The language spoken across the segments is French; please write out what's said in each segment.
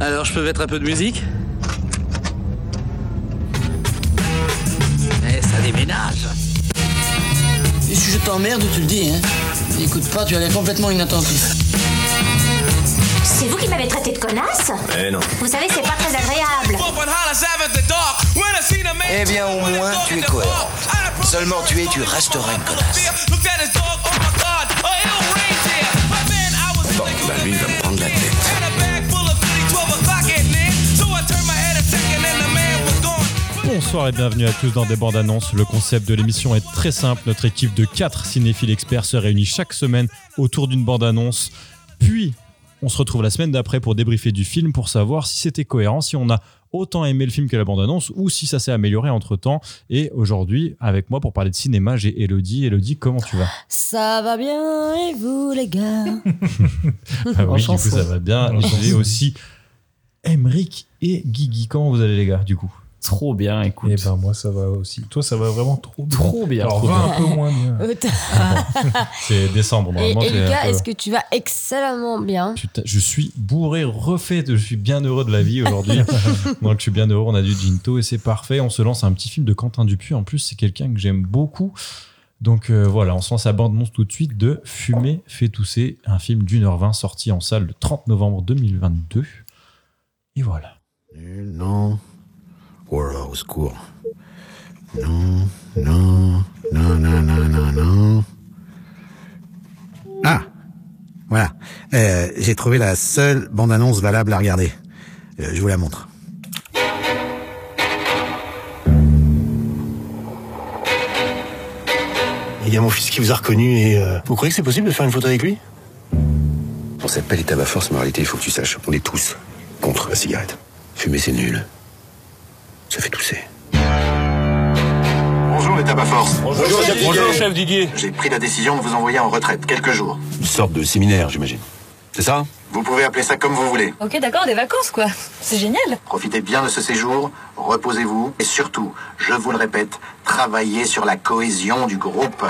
Alors je peux mettre un peu de musique Eh, ça déménage Et si je t'emmerde, tu le dis, hein. Écoute pas, tu as l'air complètement inattentif. C'est vous qui m'avez traité de connasse Eh non. Vous savez, c'est pas très agréable. Eh bien, au moins, tu es cohérent. Seulement tu es, tu resteras une connasse. Oh Bon, bah lui, il va me prendre la tête. Bonsoir et bienvenue à tous dans des bandes annonces. Le concept de l'émission est très simple. Notre équipe de 4 cinéphiles experts se réunit chaque semaine autour d'une bande annonce. Puis, on se retrouve la semaine d'après pour débriefer du film pour savoir si c'était cohérent, si on a autant aimé le film que la bande annonce ou si ça s'est amélioré entre temps. Et aujourd'hui, avec moi pour parler de cinéma, j'ai Elodie. Elodie, comment tu vas Ça va bien et vous les gars Ah Oui, En du coup, chanson. ça va bien. J'ai aussi Emric et Guigui. Comment vous allez, les gars, du coup Trop bien, écoute. Et ben moi ça va aussi. Toi ça va vraiment trop bien. Trop bien. Alors trop va bien. un peu moins bien. Euh, t'as- C'est décembre, Et, normalement. et t'es un Lucas, peu- est-ce que tu vas excellemment bien Putain, je suis bourré, refait, de- je suis bien heureux de la vie aujourd'hui. Donc je suis bien heureux, on a du Ginto et c'est parfait. On se lance un petit film de Quentin Dupuis. En plus, c'est quelqu'un que j'aime beaucoup. Donc euh, voilà, on se lance à bande-annonce tout de suite de Fumer fait tousser, un film d'une heure vingt sorti en salle le 30 novembre 2022. Et voilà. Nul, non. Warlow, au secours. Non, non, non, non, non, non, non. Ah, voilà. Euh, J'ai trouvé la seule bande-annonce valable à regarder. Euh, je vous la montre. Il y a mon fils qui vous a reconnu et... euh, vous croyez que c'est possible de faire une photo avec lui On s'appelle les tabac force, mais en réalité, il faut que tu saches, on est tous contre la cigarette. Fumer, c'est nul. Ça fait tousser. Bonjour les tabac force. Bonjour, chef Didier. Didier. J'ai pris la décision de vous envoyer en retraite quelques jours. Une sorte de séminaire, j'imagine. C'est ça Vous pouvez appeler ça comme vous voulez. Ok, d'accord, des vacances quoi. C'est génial. Profitez bien de ce séjour, reposez-vous et surtout, je vous le répète, travaillez sur la cohésion du groupe.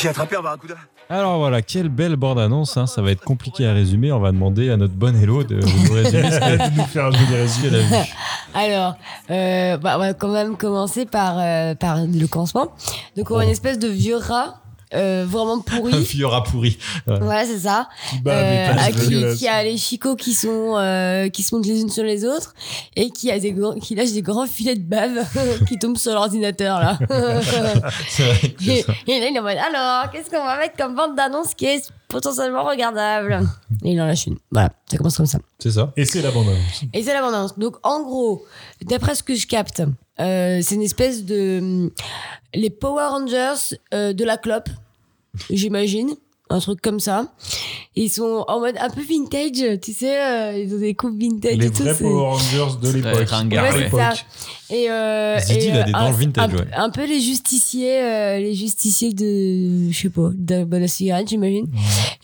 J'ai attrapé un barracuda. Alors voilà, quelle belle bande-annonce. hein. Ça va être compliqué à résumer. On va demander à notre bonne Hello de nous résumer ce qu'elle De nous faire un jeu des résultats. qu'elle a vu. Alors, euh, bah, on va quand même commencer par, euh, par le campement. Donc on a une espèce de vieux rat euh, vraiment Un pourri. Oh. vieux rat pourri. Voilà, c'est ça. Qui bat, mais Euh, pas à c'est dégueulasse. qui, qui a les chicots qui sont euh, qui se montent les unes sur les autres et qui a des grands- qui lâche des grands filets de bave qui tombent sur l'ordinateur là. C'est vrai que c'est et, ça. et là il est en mode alors qu'est-ce qu'on va mettre comme bande d'annonce qui est potentiellement regardable. Et il en lâche une. Voilà, ça commence comme ça. C'est ça. Et c'est la bande annonce. Et c'est la bande-annonce. Donc, en gros, d'après ce que je capte, euh, c'est une espèce de. hum, Les Power Rangers euh, de la clope, j'imagine. Un truc comme ça. Ils sont en mode un peu vintage, tu sais, euh, ils ont des coupes vintage Les et tout. vrais c'est- Power Rangers de l'époque. ringard, À ouais, c'est l'époque. ça. Et, euh, Zidi, et, il a euh, des dents un, vintage, un- ouais. un peu les justiciers, euh, les justiciers de, je sais pas, de, de la cigarette, j'imagine.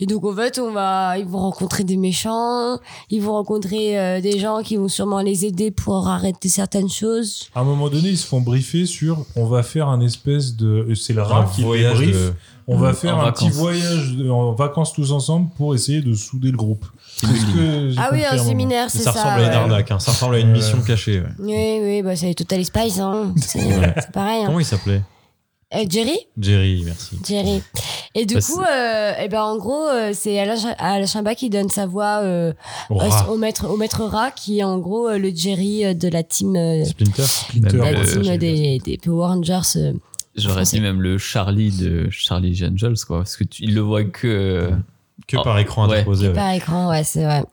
Et donc en fait, on va, ils vont rencontrer des méchants, ils vont rencontrer euh, des gens qui vont sûrement les aider pour arrêter certaines choses. À un moment donné, ils se font briefer sur on va faire un espèce de. C'est le rat qui les briefe. euh, de- On Euh, va En faire un petit vacances. voyage de- en vacances tous ensemble pour essayer de souder le groupe. C'est ce que j'ai Ah oui, compris à un moment. séminaire, c'est Ça ça. ressemble à une ouais. arnaque, hein. ça ressemble à une Euh, mission cachée. ouais. Oui, oui, bah c'est Total Spice, hein. c'est Ouais. c'est pareil. hein. Comment il s'appelait Euh, Jerry, Jerry, merci. Jerry. Et du Bah, coup, euh, eh ben en gros, euh, c'est Alain, Ch- Alain Chabat qui donne sa voix. euh, Rat. Au maître, au maître rat, qui est en gros euh, le Jerry euh, de la team, euh, Splinter. Splinter, la Euh, team ouais. des, des Power Rangers. euh. J'aurais dit même le Charlie de Charlie Angels, quoi. Parce que tu- il le voit que. Que Oh, par écran ouais. interposé. ouais. Par écran, ouais, c'est vrai.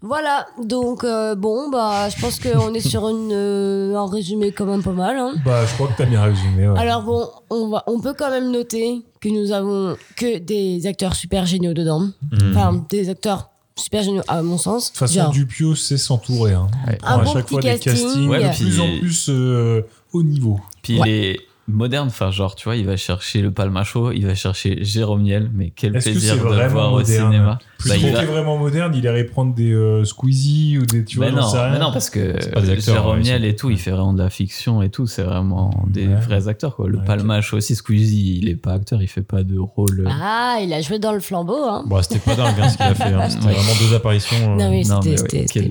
Voilà, donc euh, bon, bah, je pense qu'on est sur une, euh, un résumé quand même pas mal. hein. Bah, je crois que t'as bien résumé. ouais. Alors bon, on, va, on peut quand même noter que nous avons que des acteurs super géniaux dedans. Mm. Mhm. euh, Enfin, des acteurs super géniaux à mon sens. Hmm. De toute façon, Genre, Dupio sait s'entourer. Hein. Ouais. prend bon à chaque petit fois des casting. castings Ouais, de puis- plus en plus euh, haut niveau. Puis il est moderne. Enfin, genre, tu vois, il va chercher le Palmacho, il va chercher Jérôme Niel, mais quel Est-ce que plaisir c'est de le vraiment voir au moderne cinéma. Plus Bah, il qu'il va- est vraiment moderne, il irait prendre des euh, Squeezie ou des. Tu vois, Mais j'en non, sais rien. mais non, parce que C'est pas des acteurs, Jérôme ouais, ils Niel et tout, il fait vraiment de la fiction et tout, c'est vraiment des vrais acteurs. Quoi. Le Palmacho aussi, Squeezie, il est pas acteur, il fait pas de rôle. euh, Ah, il a joué dans le flambeau, hein. Bon, c'était pas dingue hein, ce qu'il a fait. hein. C'était Ouais. vraiment deux apparitions. euh. Non, mais c'était- c'était- ouais, c'était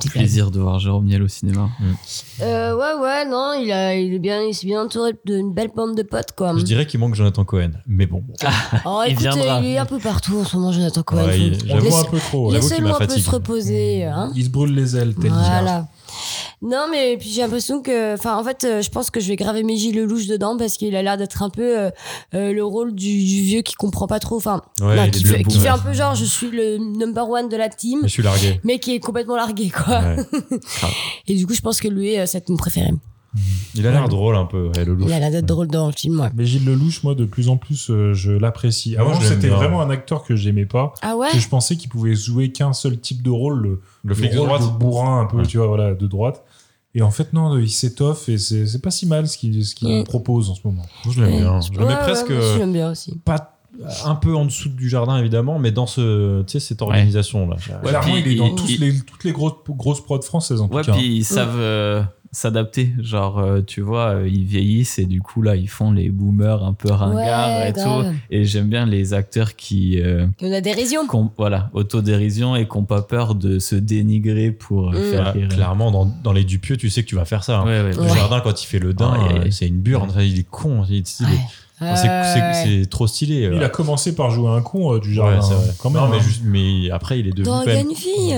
quel plaisir de voir Jérôme Niel au cinéma. Euh, ouais, ouais, non, il, a, il est bien, il s'est bien entouré d'une belle bande de potes, quoi. Je dirais qu'il manque Jonathan Cohen. Mais bon. Oh, Il écoute, viendra. euh, il est un peu partout en ce moment, Jonathan Cohen. Ouais, Faut- il- j'avoue laisse- un peu trop, ouais. J'avoue qu'il Laissez-le m'a un peu fatigué. Mm. se reposer, hein. Il se brûle les ailes, tel Gérard. Voilà. Non, mais puis j'ai l'impression que. Enfin, en fait, euh, je pense que je vais graver Meiji Lelouch dedans parce qu'il a l'air d'être un peu euh, euh, le rôle du, du vieux qui comprend pas trop. Enfin, Ouais, non, il est qui, le fait, beau, qui fait ouais. un peu genre je suis le number one de la team. Je suis largué. Mais qui est complètement largué, quoi. Ouais. Et du coup, je pense que lui, euh, c'est mon préféré. Il a l'air drôle un peu, ouais, le loup. Il a l'air d'être drôle dans le film, ouais. Mais Gilles Lelouch, moi, de plus en plus, euh, je l'apprécie. Avant, Moi, je l'aime c'était bien. vraiment un acteur que j'aimais pas. Ah ouais que je pensais qu'il pouvait jouer qu'un seul type de rôle, le, flic de rôle droite. bourrin un peu, tu vois, voilà, de droite. Et en fait, non, euh, il s'étoffe et c'est c'est pas si mal ce qu'il ce qu'il Mm. propose en ce moment. Je l'aime bien. Je le Ouais, mets ouais, presque moi euh, aussi, j'aime bien aussi. pas un peu en dessous du jardin évidemment, mais dans ce, tu sais, cette organisation là. Ouais, Clairement, puis il est dans il- tous il- les- toutes les grosses, grosses prods françaises en Ouais, tout cas. puis ils savent euh, s'adapter. Genre, euh, tu vois, euh, ils vieillissent et du coup, là, ils font les boomers un peu ringards et grave. tout. Et j'aime bien les acteurs qui. euh, Il y en a dérision. qu'on- voilà, autodérision et qu'on pas peur de se dénigrer pour euh, Mm. faire Ouais, rire. clairement, dans, dans les Dupieux, tu sais que tu vas faire ça. hein. Ouais, ouais. Le Ouais. jardin, quand il fait le dain, Ouais, euh, ouais. c'est une burne. Enfin, Il est con. il est stylé. Enfin, c'est- Ouais. c'est c'est trop stylé. Il ouais. a commencé par jouer un con euh, du Ouais, jardin, c'est vrai. quand même. Non, mais, hein. juste- mais après, il est devenu Dans quand Il y a même. une fille.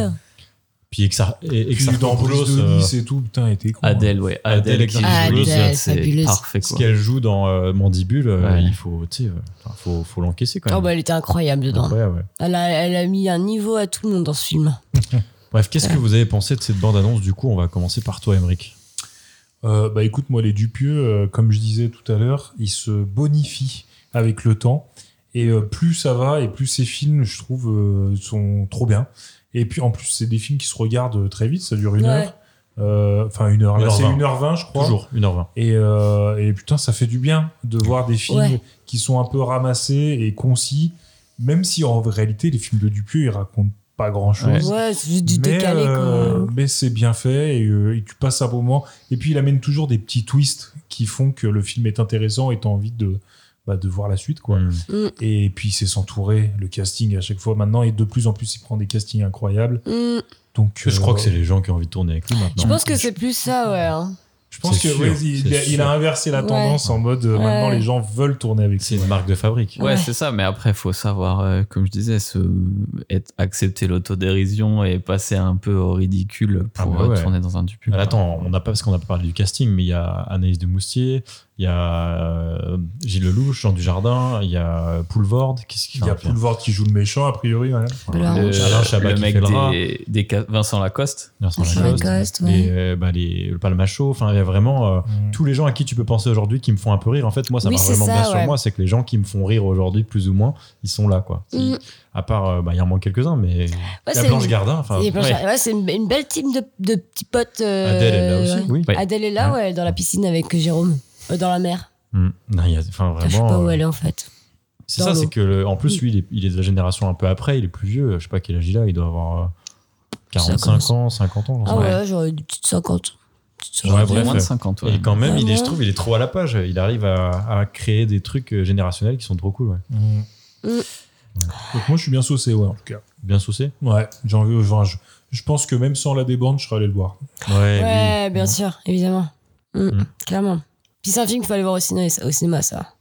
Puis Exar- et- Puis dans Exarchopoulos, Police de euh, Nice et tout, putain, il était con. Adèle, ouais. Adèle Adèle, qui Exarchopoulos, joue, Adèle, c'est fabuleuse. parfait. ce Quoi. qu'elle joue dans euh, Mandibule, euh, Ouais. il faut, tu sais, euh, enfin, faut, faut l'encaisser quand Oh, même. bah, elle était incroyable dedans. Ouais, ouais. Elle a, elle a mis un niveau à tout le monde dans ce film. Bref, qu'est-ce que vous avez pensé de cette bande-annonce Du coup, on va commencer par toi, Emric. Euh, bah écoute, moi les Dupieux, euh, comme je disais tout à l'heure, ils se bonifient avec le temps. Et euh, plus ça va, et plus ces films, je trouve, euh, sont trop bien. Et puis en plus, c'est des films qui se regardent euh, très vite, ça dure une Ouais. heure. Euh, Enfin, une heure. Là, c'est 1h20. 1h20, je crois. Toujours, 1h20. Et, euh, et putain, ça fait du bien de voir des films Ouais. qui sont un peu ramassés et concis, même si en réalité, les films de Dupieux, ils racontent pas grand chose. Ouais, c'est juste du décalé, euh, quoi. mais c'est bien fait et, euh, et tu passes un bon moment. Et puis il amène toujours des petits twists qui font que le film est intéressant et t'as envie de, bah, de voir la suite. Quoi. Mm. Mm. Et puis c'est s'entourer, le casting à chaque fois maintenant. Et de plus en plus, il prend des castings incroyables. Mm. Donc, Je euh, crois que c'est les gens qui ont envie de tourner avec lui maintenant. Je pense que c'est plus ça, ouais. hein. Je pense c'est que sûr, ouais, il, c'est il a- il sûr. a inversé la Ouais. tendance en mode euh, Ouais. maintenant les gens veulent tourner avec C'est lui. une marque de fabrique. Ouais, Ouais. c'est ça, mais après, faut savoir, euh, comme je disais, se, être, accepter l'autodérision et passer un peu au ridicule Ah pour bah euh, ouais. tourner dans un du pub. Alors, attends, on n'a pas parce qu'on n'a pas parlé du casting, mais il y a Anaïs de Moustier, il y a euh, Gilles Lelouch, Jean Dujardin, il y a Poulvorde. Qu'est-ce qu'il Il y a Poulvard qui joue le méchant, a priori. ouais. Euh, Blanc. le, Alain Chabat le qui mec fait le rat. des, des ca- Vincent Lacoste. Vincent Vincent Lacoste, Lacoste, les, ouais. euh, bah, les- le Palmacho. Enfin, il y a vraiment euh, Mm. tous les gens à qui tu peux penser aujourd'hui qui me font un peu rire. En fait, moi, ça Oui, marche c'est vraiment ça, bien sur ouais. moi. C'est que les gens qui me font rire aujourd'hui, plus ou moins, ils sont là, quoi. Mm. À part, euh, bah, il y en manque quelques-uns, mais Ouais, il y a c'est- Blanche Gardin. Enfin, Il y a plein de ouais. choses. Ouais, c'est une, une belle team de, de petits potes. euh, Adèle est là aussi. ouais. Oui. Adèle est Hein là, ouais, dans la piscine avec Jérôme. Euh, dans la mer. Mm. Non, il y a- enfin, Ah, Je sais vraiment. pas où euh, elle est en fait. C'est Dans ça, l'eau. c'est que le- en plus, lui, il est, il est de la génération un peu après, il est plus vieux. Je sais pas quel âge il a, il doit avoir euh, commence. 45 ans, 50 ans. j'en sais Ah rien. ouais, j'aurais une petite 50. Petite Ouais, 50. bref. moins de 50, ouais. Et quand Ah même, il est, je Ouais. trouve, il est trop à la page. Il arrive à, à créer des trucs euh, générationnels qui sont trop cool. ouais. Mm. Mm. Donc moi, je suis bien saucé, ouais, en tout cas. Bien saucé. Ouais, j'ai envie. enfin, je, je pense que même sans la débande, je serais allé le voir. Ouais, Ouais, bien sûr, évidemment. Mm, Eh Mm. Clairement. Puis c'est un film qu'il faut aller voir au cinéma, au cinéma ça.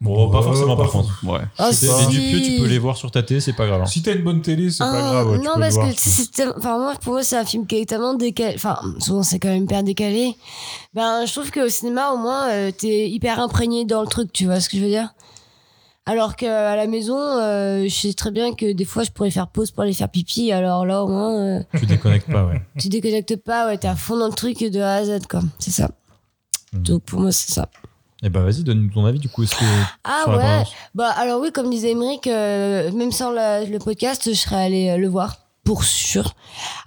Bon, pas Ouais, forcément, pas par contre. Ouais. Oh, C'est pas. des si. Dupieux, tu peux les voir sur ta télé, c'est pas grave. hein. Si t'as une bonne télé, c'est pas Ah, grave. ouais, tu non, peux le parce voir. que tu sais, c'est tellement- enfin, moi, pour moi, c'est un film qui est tellement décalé. Enfin, souvent, c'est quand même hyper décalé. Ben, je trouve qu'au cinéma, au moins, euh, t'es hyper imprégné dans le truc, tu vois ce que je veux dire Alors qu'à la maison, euh, je sais très bien que des fois, je pourrais faire pause pour aller faire pipi. Alors là, au moins, euh, Tu déconnectes pas, ouais. tu déconnectes pas, ouais, t'es à fond dans le truc de A à Z, quoi. C'est ça. Mm. Donc, pour moi, c'est ça. Et bah, vas-y, donne-nous ton avis, du coup. Est-ce que. Ah sur la ouais bande-annonce Bah alors oui, comme disait Emmerich, euh, même sans la- le podcast, je serais allée euh, le voir. pour sûr.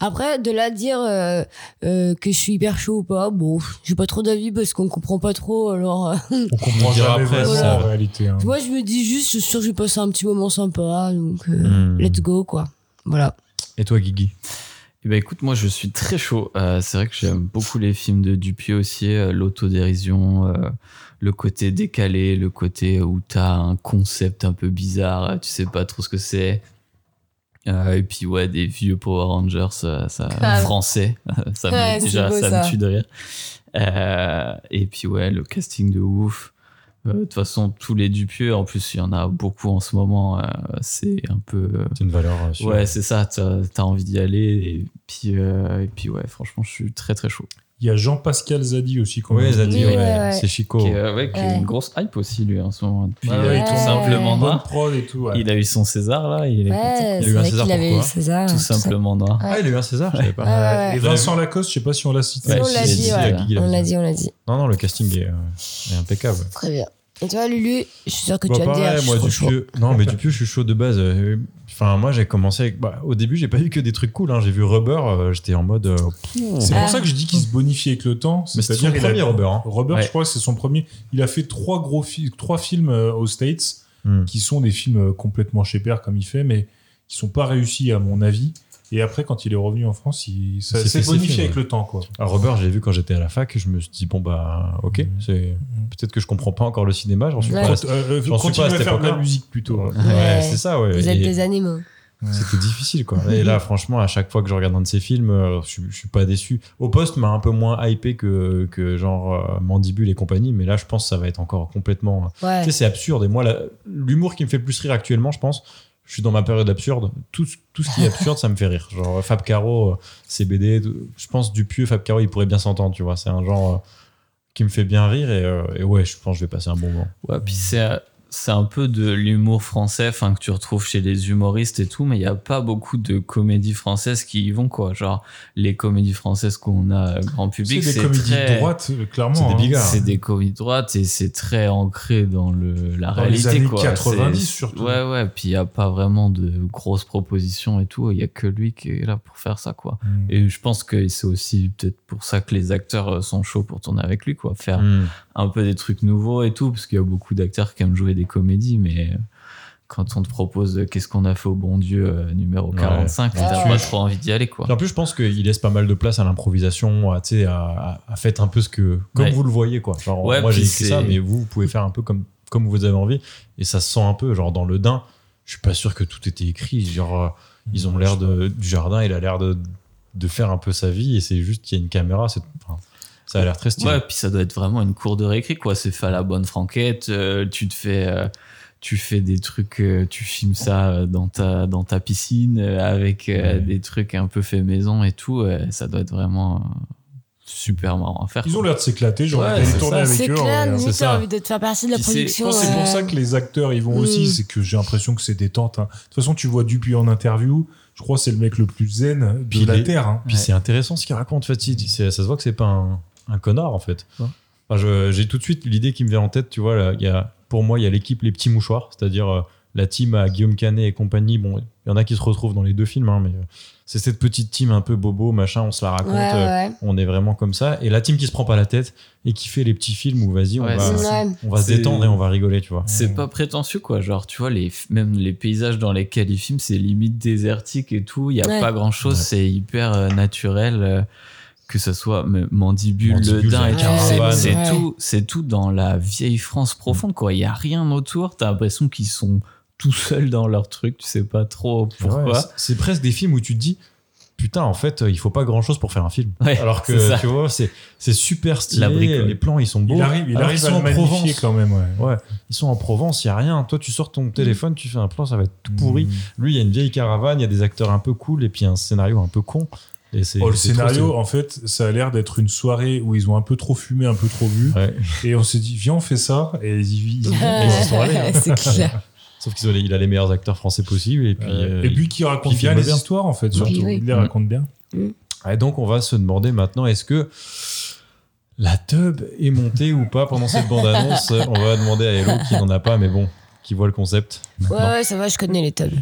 Après, de là à dire euh, euh, que je suis hyper chaud ou pas, bon, j'ai pas trop d'avis parce qu'on comprend pas trop. Alors, euh, On comprend dira jamais après, vraiment ça. en réalité. hein. moi, je me dis juste, je suis sûr que j'ai passé un petit moment sympa, donc euh, Hmm. let's go, quoi. Voilà. Et toi, Guigui Eh ben écoute, moi je suis très chaud. Euh, c'est vrai que j'aime beaucoup les films de Dupieux aussi, euh, l'autodérision, euh, le côté décalé, le côté où t'as un concept un peu bizarre, euh, tu sais pas trop ce que c'est. Euh, et puis ouais, des vieux Power Rangers, euh, ça, Grave. français, ça me Ouais, c'est déjà beau, ça, ça. me tue de rire. Euh, et puis ouais, le casting de ouf. Euh, De toute façon, tous les Dupieux, en plus il y en a beaucoup en ce moment. euh, c'est un peu euh, C'est une valeur euh, sûre. Ouais, c'est ça, t'as as envie d'y aller. Et puis, euh, et puis, ouais, franchement, je suis très très chaud. Il y a Jean-Pascal Zadi aussi. qu'on a Ouais, euh, Zadi, Oui, ouais. ouais, ouais. C'est Chico. Oh. Qui, euh, ouais, qui a Ouais. une grosse hype aussi, lui, en ce moment. Depuis, Ouais, euh, ouais, il tout tourne simplement en bonne noir. prod et tout. ouais. Il a eu son César, là. Il est Ouais, content. Il a eu c'est un vrai César qu'il pour avait quoi eu César. tout ça. simplement noir. Ah, il a eu un César, je savais pas. Ouais, ouais, ouais. Et Vincent Lacoste, je sais pas si on l'a cité. Ouais, on si, l'a si, dit, si, ouais. Guigui l'a On dit. l'a dit, on l'a dit. Non, non, le casting est, euh, est impeccable. Très bien. Et toi, Lulu, je suis sûr que Bah, tu vas me pareil, dire. je suis moi, trop chaud. Dupieux- Non, mais Dupieux, je suis chaud de base. Euh, Enfin, moi, j'ai commencé avec. bah, au début, j'ai pas vu que des trucs cool. hein. J'ai vu Rubber, euh, j'étais en mode. euh, C'est Ah. pour ça que je dis qu'il se bonifie avec le temps. Mais c'était son c'est-à-dire qu'il a- premier Rubber. hein. Robert, Ouais. je crois que c'est son premier. Il a fait trois gros fi- trois films euh, aux States Hmm. qui sont des films euh, complètement chez père comme il fait, mais qui sont pas réussis à mon avis. Et après, quand il est revenu en France, il ça C'est s'est fait ses bonifié films, avec le temps, quoi. Alors, Rubber, j'ai vu quand j'étais à la fac. Je me suis dit, bon, bah, ok, Mhm. c'est. Peut-être que je comprends pas encore le cinéma. J'en suis Ouais. pas. Euh, euh, J'en suis continue pas à à cette faire de la époque-là. musique plutôt. hein. Ouais, Ouais. c'est ça, ouais. Vous êtes Et- des animaux. C'était difficile, quoi. Et là, franchement, à chaque fois que je regarde un de ces films, euh, je, suis- je suis pas déçu. Au poste m'a un peu moins hypé que, que genre euh, Mandibule et compagnie, mais là, je pense que ça va être encore complètement. hein. Ouais. Tu sais, c'est absurde. Et moi, la- l'humour qui me fait le plus rire actuellement, je pense, je suis dans ma période absurde. Tout, ce- tout ce qui est absurde, ça me fait rire. Genre Fab Caro, euh, CBD, tout- je pense Dupieux, Fab Caro, ils pourraient bien s'entendre, tu vois. C'est un genre euh, qui me fait bien rire et, euh, et ouais, je pense que je vais passer un bon moment. Ouais, puis c'est. C'est un peu de l'humour français, enfin que tu retrouves chez les humoristes et tout, mais il n'y a pas beaucoup de comédies françaises qui y vont quoi. Genre les comédies françaises qu'on a euh, grand C'est public, des c'est comédies très... de droite, euh, clairement. C'est des hein. bigards. C'est des comédies de droite et c'est très ancré dans le, la Dans les réalité. années quoi. 90 C'est- surtout. Ouais, ouais. Puis il n'y a pas vraiment de grosses propositions et tout. Il n'y a que lui qui est là pour faire ça, quoi. Hmm. Et je pense que c'est aussi peut-être pour ça que les acteurs euh, sont chauds pour tourner avec lui, quoi. Faire Mm. Hmm. un peu des trucs nouveaux et tout, parce qu'il y a beaucoup d'acteurs qui aiment jouer des comédies, mais euh, quand on te propose euh, qu'est-ce qu'on a fait au bon Dieu euh, numéro Ouais. 45, Ouais. t'as pas trop envie d'y aller, quoi. Puis en plus, je pense qu'il laisse pas mal de place à l'improvisation, à, tu sais, à, à- à faites un peu ce que, comme Ouais. vous le voyez, quoi. Genre, Ouais, moi, j'ai puis écrit c'est- ça, mais vous, vous pouvez faire un peu comme, comme vous avez envie. Et ça se sent un peu, genre, dans le dain, je suis pas sûr que tout était écrit. Genre, euh, ils ont l'air de, du jardin, il a l'air de, de faire un peu sa vie, et c'est juste qu'il y a une caméra, c'est, enfin, ça a l'air très stylé. Ouais, puis ça doit être vraiment une cour de récré, quoi. C'est fait à la bonne franquette. euh, tu te fais, euh, tu fais des trucs, euh, tu filmes ça euh, dans ta dans ta piscine euh, avec euh, Ouais. des trucs un peu fait maison et tout. euh, ça doit être vraiment euh, super marrant à faire. Ils ont l'air de s'éclater, j'ai Ouais, envie c'est d'aller Ah, tourner ça. avec C'est eux. en clair, vrai. c'est limite, ça. t'as envie de te faire partie de la Puis c'est- Je production. euh, pense que c'est pour ouais. ça que les acteurs y vont Mm. aussi, c'est que j'ai l'impression que c'est détente. hein. De toute façon, tu vois Dupuis en interview, je crois que c'est le mec le plus zen Puis de il la est- Terre. hein. Puis c'est intéressant ce qu'il raconte, Fatih. C'est- Ça se voit que c'est pas un, un connard, en fait. Ouais. Enfin, je- J'ai tout de suite l'idée qui me vient en tête, tu vois. là, il y a, pour moi, il y a l'équipe Les Petits Mouchoirs, c'est-à-dire euh, la team à Guillaume Canet et compagnie. Bon, il y en a qui se retrouvent dans les deux films, hein, mais euh, c'est cette petite team un peu bobo, machin, on se la raconte. Ouais, ouais, euh, Ah, ouais. on est vraiment comme ça. Et la team qui se prend pas la tête et qui fait les petits films où vas-y, on Ouais, va, c'est ça. Ouais. on va se C'est- détendre et on va rigoler, tu vois. C'est pas prétentieux, quoi. Genre, tu vois, les, même les paysages dans lesquels ils filment, c'est limite désertique et tout. Il y a Ouais. pas grand chose. Ouais. C'est hyper euh, naturel. euh, que ce soit euh, mandibule, Mandibule, le daim et la tout. C'est- caravane. C'est Ouais. tout, c'est tout dans la vieille France profonde, quoi. Il y a rien autour. T'as l'impression qu'ils sont tout seuls dans leur truc. Tu sais pas trop Ouais, pourquoi. c'est- C'est presque des films où tu te dis, putain, en fait, euh, il faut pas grand chose pour faire un film. Ouais, Alors c'est que, ça. tu vois, c'est c'est super stylé. La brique, ouais. Les plans, ils sont beaux. Il arrive, il Alors arrive qu'ils à le sont Oh, en magnifier Provence. quand même. ouais. Ouais, ils sont en Provence, il y a rien. Toi, tu sors ton téléphone, tu fais un plan, ça va être tout pourri. Mmh. Lui, il y a une vieille caravane, il y a des acteurs un peu cool et puis un scénario un peu con. Et c'est Oh, le c'est trop scénario, en fait, ça a l'air d'être une soirée où ils ont un peu trop fumé, un peu trop bu. stylé. Ouais. Et on s'est dit, viens, on fait ça. Et ils, ils- Ouais. ils- C'est clair. Sauf qu'il a les- il a les meilleurs acteurs français possibles. Et puis, euh, et puis qui puis racontent il bien filme les bien. histoires, en fait, Oui, surtout. oui. Ils les racontent bien. Et donc, on va se demander maintenant, est-ce que la tub est montée ou pas pendant cette bande-annonce On va demander à Hello qui n'en a pas, mais bon, qui voient le concept. Ouais, Non. ouais, ça va, je connais les tubs.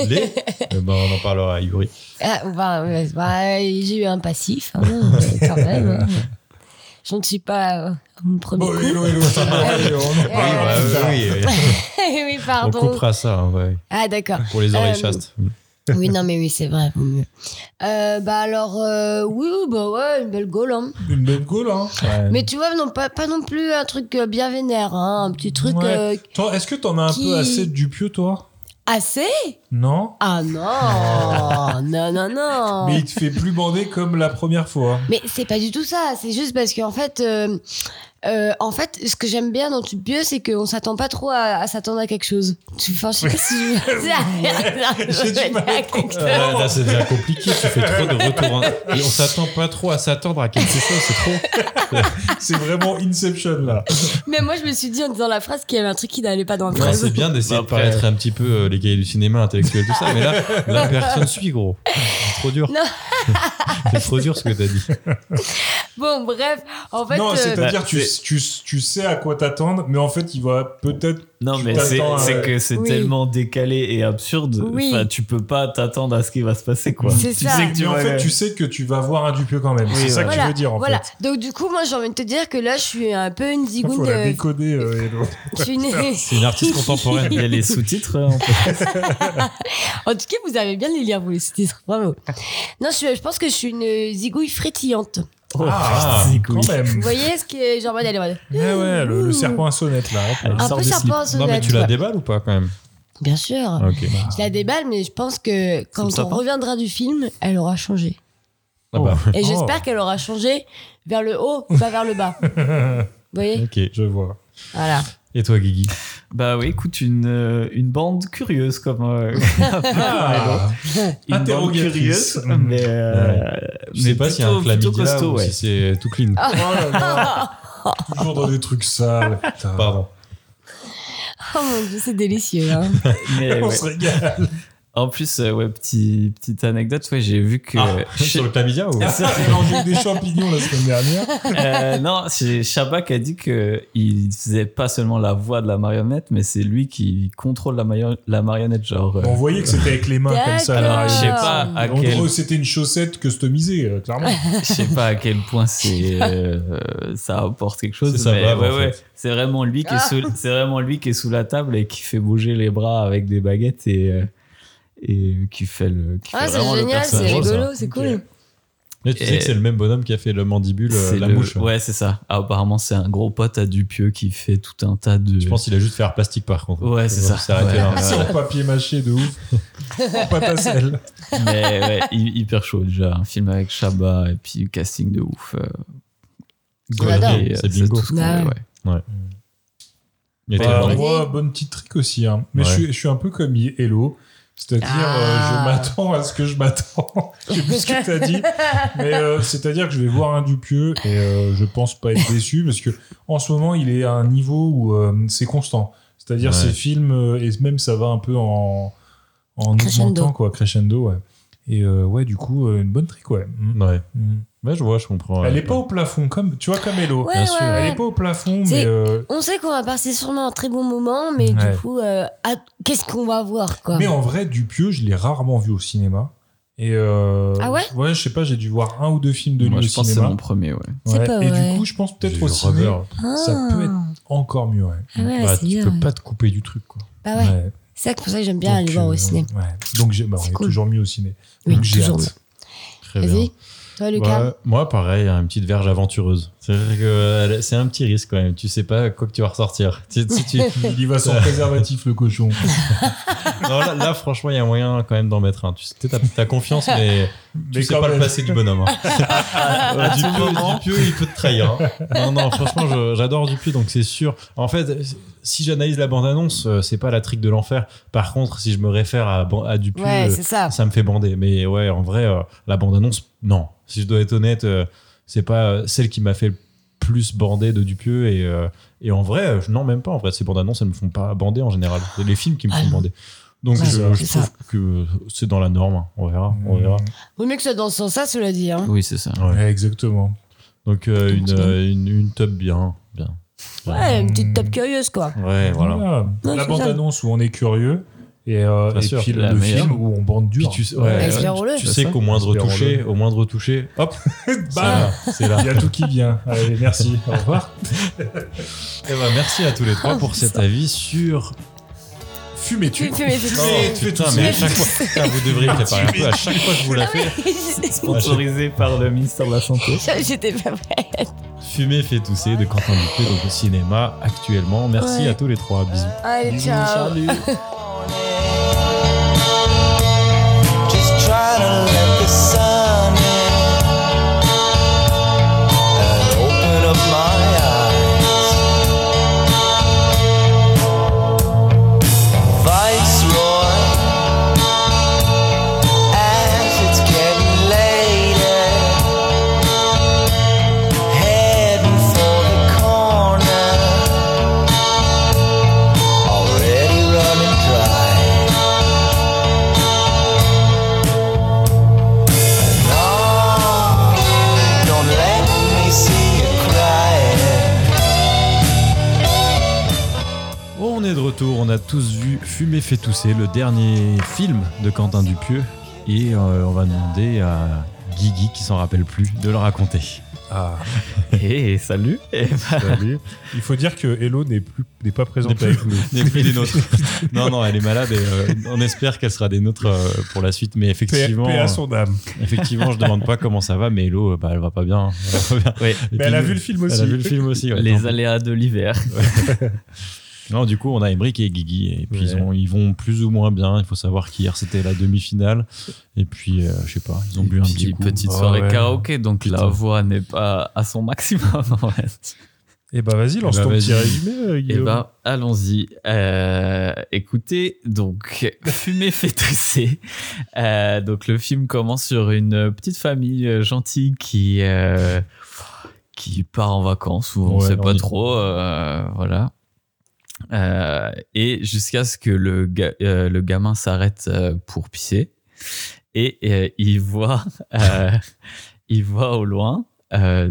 Les Eh ben, On en parlera à Yuri. Ah, bah, bah, bah, j'ai eu un passif, hein, euh, quand même. hein. Je ne suis pas euh, mon premier. coup. Ah, oui, oui, oui. oui, On pardon. coupera ça, hein, ouais. Ah, d'accord. pour les oreilles Euh, chastes. Oui, non, mais oui, c'est vrai. vaut mieux. Euh, bah alors, euh, oui, oui, bah ouais, une belle gaule. hein. Une bonne goal, hein. Mais tu vois, non, pas, pas non plus un truc euh, bien vénère, hein, un petit truc Ouais. euh, Toi, Est-ce que t'en as un qui- peu assez de Dupieux, toi assez. Non Ah non, non, non, non. Mais il te fait plus bander comme la première fois. Mais c'est pas du tout ça. C'est juste parce qu'en fait, euh, euh, en fait, ce que j'aime bien dans Tubieux, c'est qu'on s'attend pas trop à, à s'attendre à quelque chose. Tu, enfin, je sais pas si je- J'ai du mal à Ah, là, c'est déjà compliqué, tu fais trop de retours. hein. Et on s'attend pas trop à s'attendre à quelque chose, c'est trop. C'est vraiment Inception, là. Mais moi, je me suis dit en disant la phrase qu'il y avait un truc qui n'allait pas dans la Ouais, phrase. c'est bien d'essayer Bah, de après- paraître un petit peu euh, les gays du cinéma intellectuel, tout ça, mais là, la personne suit, gros. C'est trop dur. Non. c'est trop dur ce que t'as dit. Bon, bref, en fait. non, euh, c'est-à-dire bah, tu, c'est- tu, tu sais à quoi t'attendre, mais en fait, il va peut-être. Non, tu mais c'est t'attends à- euh, c'est que c'est Oui. tellement décalé et absurde. Oui. Enfin, tu peux pas t'attendre à ce qui va se passer, quoi. C'est tu ça. sais que tu Mais en vas- fait, tu sais que tu vas voir un Dupieux quand même. Oui, c'est ça ouais. que tu veux dire, en voilà. fait. Donc du coup, moi j'ai envie de te dire que là je suis un peu une Il faut zigoune. la euh, décoder, euh, Hello. je suis une- C'est une artiste contemporaine. Il y a les sous-titres. hein, on peut- en tout cas, vous avez bien les lire, vous les titres. Bravo. Non, je, suis- je pense que je suis une zigouille frétillante. Oh, Ah, c'est cool. quand même. Vous voyez ce qui est genre elle est en mode, Ouais, Eh ouais, le, le serpent à sonnette, là. Hop, là. Elle un sort peu du slip. serpent Non, mais sonnette, tu la quoi. déballes ou pas quand même Bien sûr. Ah, Ok. Je la déballe, mais je pense que le quand on sapin. reviendra du film, elle aura changé. Ah bah, Et Oh. j'espère qu'elle aura changé vers le haut, pas vers le bas. Vous voyez ok. Oh. Je vois. Voilà. Et toi, Guigui Bah oui, écoute, une, euh, une bande curieuse comme. euh, Ah, une bande Interrogatrice. curieuse, Mm. mais. euh, Je sais mais pas s'il y a plutôt- un plutôt chlamydia costaud, ou ouais. si c'est tout clean. oh là là. Toujours dans des trucs sales. putain. Pardon. Oh mon dieu, c'est délicieux. hein. Mais, On ouais. se régale. En plus, euh, ouais, petit, petite anecdote, ouais, j'ai vu que. euh, Ah, chez- sur le chlamydia ou Ça a mélangé des champignons la semaine dernière. Euh, non, c'est Shabak a dit que il faisait pas seulement la voix de la marionnette, mais c'est lui qui contrôle la, maillon- la marionnette, genre. euh, On voyait que c'était avec les mains comme ça. Là, alors, je sais Ah. pas à On dirait quel, que c'était une chaussette customisée, euh, clairement. je sais pas à quel point c'est, euh, ça apporte quelque chose. C'est sa mais brave, ouais, en ouais. fait. C'est vraiment lui qui est sous, c'est vraiment lui qui est sous la table et qui fait bouger les bras avec des baguettes et, euh, et qui fait le, qui Ah, fait c'est vraiment le génial, c'est personnage. hein. rigolo, c'est cool. Là, tu sais Et- que c'est le même bonhomme qui a fait le mandibule, euh, C'est la le- mouche. Ouais, c'est ça. Ah, apparemment, c'est un gros pote à Dupieux qui fait tout un tas de. Je pense qu'il a juste fait un plastique par contre. Ouais, c'est On va ça. s'arrêter Ouais. là. Ouais. Sans Ah, papier mâché de ouf. En pâte à sel. Mais ouais, hy- hyper chaud déjà. Un film avec Shabba et puis casting de ouf. euh, On et, adore. euh, C'est bingo. tout ce qu'on Ouais. veut, ouais. Il était Bah, vraiment- moi, bonne petite trick aussi. hein. Mais Ouais. je, suis, je suis un peu comme Hello. C'est-à-dire, Ah. euh, je m'attends à ce que je m'attends. je sais plus ce que t'as dit. Mais euh, c'est-à-dire que je vais voir un Dupieux et euh, je pense pas être déçu parce que en ce moment, il est à un niveau où euh, c'est constant. C'est-à-dire, Ouais. ces films, euh, et même ça va un peu en, en Crescendo. augmentant, quoi, crescendo, ouais. Et euh, ouais, du coup, euh, une bonne trick, ouais. Mm. Ouais. Mm. Ouais, je vois, je comprends. Elle Ouais. est pas au plafond, comme, tu vois, comme Hello. Ouais, Bien ouais, sûr. Elle est ouais. pas au plafond, mais C'est- euh, On sait qu'on va passer sûrement un très bon moment, mais Ouais. du coup, euh, ah, qu'est-ce qu'on va voir quoi Mais en vrai, Dupieux, je l'ai rarement vu au cinéma. Et euh, Ah ouais Ouais, je sais pas, j'ai dû voir un ou deux films de Moi, lui au je pense que c'est cinéma. mon premier, ouais. C'est pas Et vrai. du coup, je pense J'ai peut-être eu au cinéma, Rubber. ça peut être encore mieux. Ouais. Ah ouais, Bah, c'est tu bien. peux ouais. pas te couper du truc, quoi. Bah ouais, Ouais. c'est ça que- pour ça que j'aime bien Donc, aller voir euh, au cinéma. ouais. Donc, j'ai- bah, on C'est est cool. toujours mieux au ciné. Oui, Donc, j'ai toujours. hâte. Bah, Très bien. Vas-y, toi Lucas. Ouais, moi, pareil, hein, une petite verge aventureuse. C'est-à-dire que euh, c'est un petit risque quand même. Tu sais pas quoi que tu vas ressortir. Si- si tu- Il y va sans Ça- préservatif, le cochon. Non, là, là, franchement, il y a moyen quand même d'en mettre un. Tu sais, t'as t'as confiance, mais tu Mais sais quand pas le même. placer du bonhomme. hein. Euh, Dupieux, Dupieux, il peut te trahir. hein. Non, non, franchement, je- j'adore Dupieux, donc c'est sûr. En fait, si j'analyse la bande-annonce, euh, c'est pas la trique de l'enfer. Par contre, si je me réfère à, ban- à Dupieux, Ouais, euh, c'est ça. ça me fait bander. Mais ouais, en vrai, euh, la bande-annonce, non. Si je dois être honnête, euh, c'est pas euh, celle qui m'a fait le plus bander de Dupieux. Et, euh, et en vrai, euh, je- non, même pas. En vrai, ces bandes-annonces, elles me font pas bander en général. C'est les films qui me Ah font non. bander. Donc Ouais, je, je c'est trouve que c'est dans la norme. hein. On verra, on verra. Vaut mieux que ce soit dans ce sens-là, cela dit. Hein. Oui, c'est ça. Ouais, exactement. Donc euh, Donc, une, c'est bien. euh, une, une top bien, bien. Ouais, une petite tape curieuse, quoi. Ouais, voilà. Non, la c'est ça. bande-annonce Ah, où on est curieux et, euh, Bien et sûr, puis le la le meilleure. film où on bande dur. Puis Ah, tu, ouais, ouais, Bah, Espérons-le. tu C'est sais ça. qu'au moindre Espérons-le. toucher, au moindre toucher, hop, Bam c'est là. Il y a tout qui vient. Allez, merci. Au revoir. Eh ben, merci à tous les trois Oh, pour cet avis sur Fumez-tu. Tu fais mes Oh, fessiers. putain, mais à chaque fois, Putain, Ah, vous devriez préparer un peu. À chaque fois que Ah, je vous la fais, Autorisé par le ministère de la Santé. Ça, J'étais pas prête. Fumer fait tousser de Quentin Dupieux, donc au cinéma actuellement. Merci Ouais. à tous les trois. Bisous. Allez, ciao. Just try to let the sun in and open up my eyes. Viceroy, as it's getting later, heading for the corner, already running dry. Don't let me see you crying. On est de retour. On a tous vu Fumer fait tousser, le dernier film de Quentin Dupieux. Et euh, on va demander à Guigui, qui s'en rappelle plus, de le raconter. Ah, Et salut. Eh ben, salut. Il faut dire que Hello n'est plus n'est pas N'est présente plus- avec nous. n'est plus des nôtres. Non, non, elle est malade et euh, on espère qu'elle sera des nôtres euh, pour la suite. Mais Paix effectivement, paix à son âme. euh, effectivement, je demande pas comment ça va, mais Hello, euh, bah, elle va pas bien. Elle va pas bien. oui, Et Mais elle a puis, vu le film elle aussi. a vu le film aussi. ouais. les aléas de l'hiver. Non, du coup, on a Emric et Guigui, et puis Ouais. ils, ont- ils vont plus ou moins bien. Il faut savoir qu'hier, c'était la demi-finale. Et puis, euh, je sais pas, ils ont bu un Puis, petit coup. petite Ah soirée ouais. karaoké, donc la Putain. voix n'est pas à son maximum. en fait. Et bah vas-y, lance Eh bah, ton petit vas-y. résumé, euh, Eh Guillaume. ben, allons-y. Euh, écoutez, donc, Fumer fait tousser. Euh, donc, le film commence sur une petite famille euh, gentille qui, euh, qui part en vacances, ou on Ouais, sait on pas y- trop. euh, voilà. Euh, et jusqu'à ce que le, ga- euh, le gamin s'arrête euh, pour pisser. Et euh, il, voit, euh, il voit au loin. euh,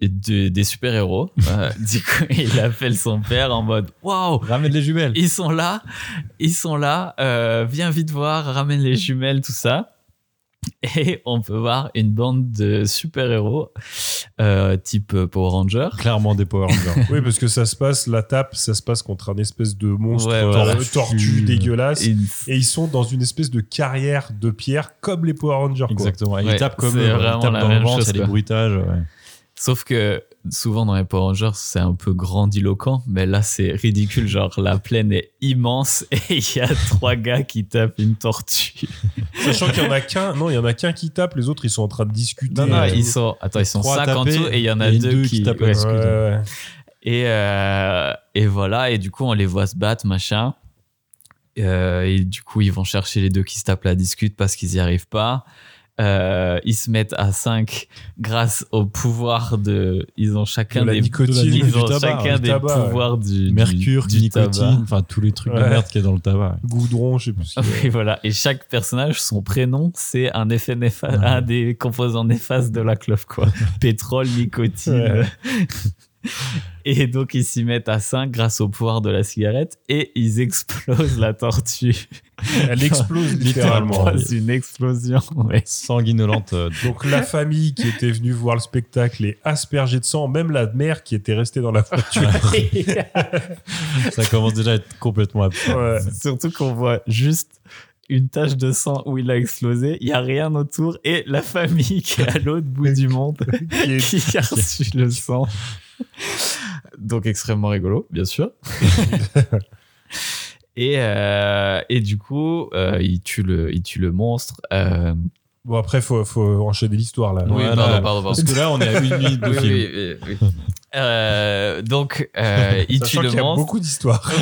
de- des super-héros. Euh, du coup, il appelle son père en mode Waouh, Ramène les jumelles. ils sont là, ils sont là, euh, viens vite voir, ramène les jumelles, tout ça. Et on peut voir une bande de super-héros euh, type Power Ranger. Clairement des Power Rangers. Oui, parce que ça se passe, la tape, ça se passe contre un espèce de monstre Ouais, euh, voilà. tortue, dégueulasse. Et... Une- ils sont dans une espèce de carrière de pierre comme les Power Rangers. quoi. Exactement. Et Ouais, Ils tapent comme c'est eux, vraiment ils tapent la dans même le ventre, il chose, y a des quoi. bruitages. ouais. Sauf que souvent dans les Power Rangers, c'est un peu grandiloquent, mais là c'est ridicule. Genre la plaine est immense et il y a trois gars qui tapent une tortue. Sachant qu'il y en a qu'un, non, il y en a qu'un qui tape, les autres ils sont en train de discuter. Non, non, Euh, ils sont, attends, ils sont Trois 5 en tapés tout et il y en a et deux, deux qui, qui tapent ouais. la ouais, ouais, ouais. Et, euh, et voilà, et du coup, on les voit se battre, machin. Euh, et du coup, ils vont chercher les deux qui se tapent la discute parce qu'ils n'y arrivent pas. Euh, ils se mettent à 5 grâce au pouvoir de. Ils ont chacun De la des nicotine, ils du ont tabac, chacun du des tabac, ouais. pouvoirs du du- Mercure, du, tabac. nicotine, enfin tous les trucs de Ouais. merde qu'il y a dans le tabac. Goudron, je sais plus. ce qu'il y a. Et Ah voilà. Et chaque personnage, son prénom, c'est un effet néfaste, Ouais. un des composants néfastes de la clope, quoi. Pétrole, nicotine. Ouais. Et donc, ils s'y mettent à 5 grâce au pouvoir de la cigarette et ils explosent la tortue. Elle explose littéralement. C'est une explosion. ouais. Sanguinolente. euh, Donc la famille qui était venue voir le spectacle est aspergée de sang, même la mère qui était restée dans la voiture. ça commence déjà à être complètement absurde. Ouais. Surtout qu'on voit juste une tache de sang où il a explosé, il n'y a rien autour et la famille qui est à l'autre bout du monde Qui est- qui a reçu le sang. Donc extrêmement rigolo, bien sûr. et, euh, et du coup, euh, il, tue le, il tue le monstre. euh, Bon après faut, faut enchaîner l'histoire là. Oui, Voilà. pardon, pardon, Parce pardon. que là, on est à une minute de Oui, film. oui, oui, oui. Euh, donc, euh, il tue Sachant le qu'il y a monstre. beaucoup d'histoires.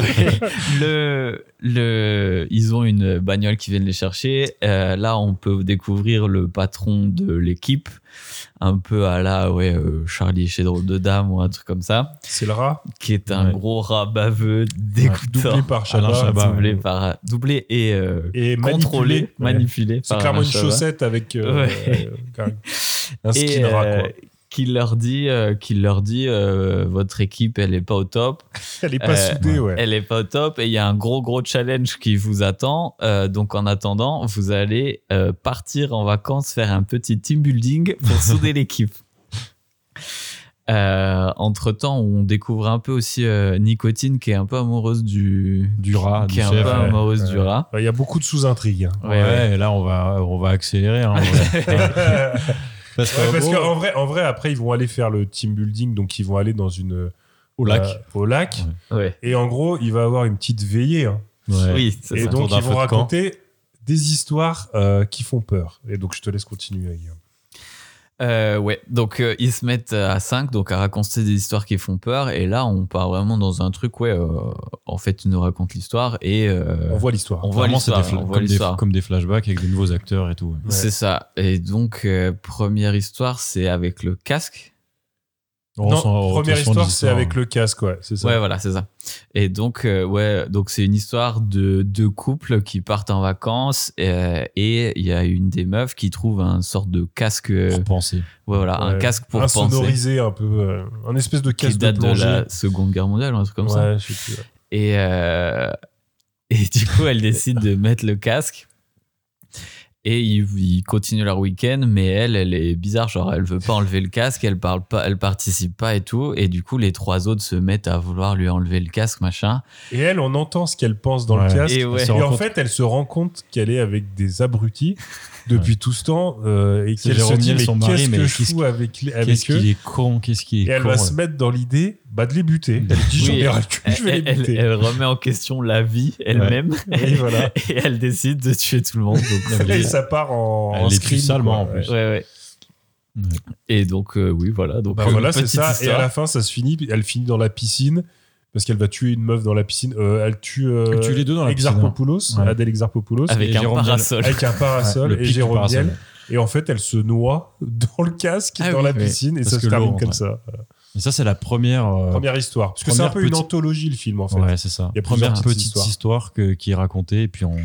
le, le, ils ont une bagnole qui vient les chercher. Euh, là, on peut découvrir le patron de l'équipe, un peu à la ouais, euh, Charlie chez Drôle de Dame ou un truc comme ça, C'est le rat, qui est un Ouais. gros rat baveux, dégoûtant, doublé par Alain Chabat. Chabat. doublé, par, doublé et, euh, Et contrôlé, manipulé. Ouais. manipulé C'est par clairement un une Chabat. chaussette avec euh, Ouais. euh, un Et, skin rat euh, quoi. qui leur dit, euh, qui leur dit euh, votre équipe, elle est pas au top. Elle est pas soudée, ouais. Euh, Elle est pas au top et il y a un gros, gros challenge qui vous attend. Euh, donc, en attendant, vous allez euh, partir en vacances, faire un petit team building pour souder l'équipe. Euh, entre temps, on découvre un peu aussi euh, Nicotine qui est un peu amoureuse du, du rat, qui du est un chef, peu ouais. amoureuse du Ouais. rat. Euh, Il y a beaucoup de sous-intrigues. hein. Ouais, ouais, là on va, on va accélérer. hein, ouais. parce Ouais, qu'en parce gros, qu'en vrai, en vrai, après, ils vont aller faire le team building, donc ils vont aller dans une euh, Au lac. au lac. Ouais. Et en gros, il va avoir une petite veillée. hein. Ouais. Oui, c'est et ça. donc Autour d'un ils feu vont de camp. raconter des histoires euh, qui font peur. Et donc je te laisse continuer, Guillaume. Euh, ouais, donc euh, ils se mettent à 5, donc à raconter des histoires qui font peur. Et là, on part vraiment dans un truc, ouais, euh, en fait, ils nous racontent l'histoire et euh, On voit l'histoire. on voit vraiment, c'est des l'histoire. fla- on voit comme, des, l'histoire. comme des flashbacks avec des nouveaux acteurs et tout. ouais. C'est ça. Et donc, euh, première histoire, c'est avec le casque. On Non, ressent- on ressent première des histoire, c'est histoires. avec le casque, ouais, c'est ça. Ouais, voilà, c'est ça. Et donc, euh, ouais, donc c'est une histoire de deux couples qui partent en vacances euh, et il y a une des meufs qui trouve un sorte de casque, euh, Pour ouais, penser. voilà, un Ouais. casque pour penser Insonorisé un peu, euh, un espèce de qui casque date de de plongée. la Seconde Guerre mondiale ou un truc comme ça. Ouais, je sais plus, ouais. Et, euh, et du coup, elle décide de mettre le casque. Et ils, ils continuent leur week-end, mais elle, elle est bizarre, genre elle veut pas enlever le casque, elle parle pas, elle participe pas et tout. Et du coup, les trois autres se mettent à vouloir lui enlever le casque, machin. Et elle, on entend ce qu'elle pense dans Ouais. le casque. Et Et, ouais. Se rend en compte- fait, elle se rend compte qu'elle est avec des abrutis depuis tout ce temps euh, et C'est qu'elle se Jérôme dit Niel, mais son mari, qu'est-ce mais que je qu'est-ce fous avec, les- Qu'est-ce avec eux qu'il est con, qu'est-ce qu'il Et est elle con. va ouais. se mettre dans l'idée bah, de les buter. Elle dit j'en Oui, ai ras le cul, je vais les Elle, elle- buter. elle remet en question la vie elle-même. Oui, voilà. Et elle décide de tuer tout le monde. Donc, Et elle- ça part en, Elle en les tue scream, salement, quoi. en plus. ouais, ouais. Ouais. Et donc, euh, oui, voilà. Donc, Bah euh, voilà, c'est petite ça. Et à histoire. la fin, ça se finit. Elle finit dans la piscine parce qu'elle va tuer une meuf dans la piscine. Euh, elle tue, euh, Elle tue les deux dans la piscine, Exarchopoulos, hein. Ouais. Adèle Exarchopoulos, avec Et un Jérôme Niel. parasol. avec un parasol Ouais, le et pic du Jérôme parasol. Niel. Et en fait, elle se noie dans le casque Ah dans oui, la oui. piscine et Parce ça se que termine l'eau, comme ouais. ça. Et ça, c'est la première. euh, Première histoire. Parce que c'est un première peu une petite- anthologie, le film, en fait. Ouais, c'est ça. Il y a première plusieurs petites petite histoires. histoire que, qui est racontée, et puis on,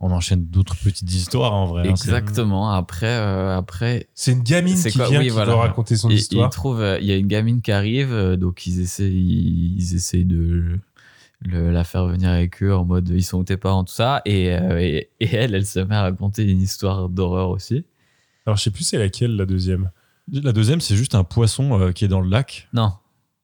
on enchaîne d'autres petites histoires hein, en vrai. euh, hein, c'est- Exactement. Après, euh, après, C'est une gamine C'est qui quoi vient Oui, qui voilà. doit raconter son ils, ils histoire. trouvent, euh, il y a une gamine qui arrive, euh, donc ils essaient, ils, ils essayent de le- la faire venir avec eux en mode ils sont où tes parents, tout ça. Et, euh, et, et elle, elle se met à raconter une histoire d'horreur aussi. Alors, je sais plus c'est laquelle, la deuxième. La deuxième, c'est juste un poisson euh, qui est dans le lac. Non.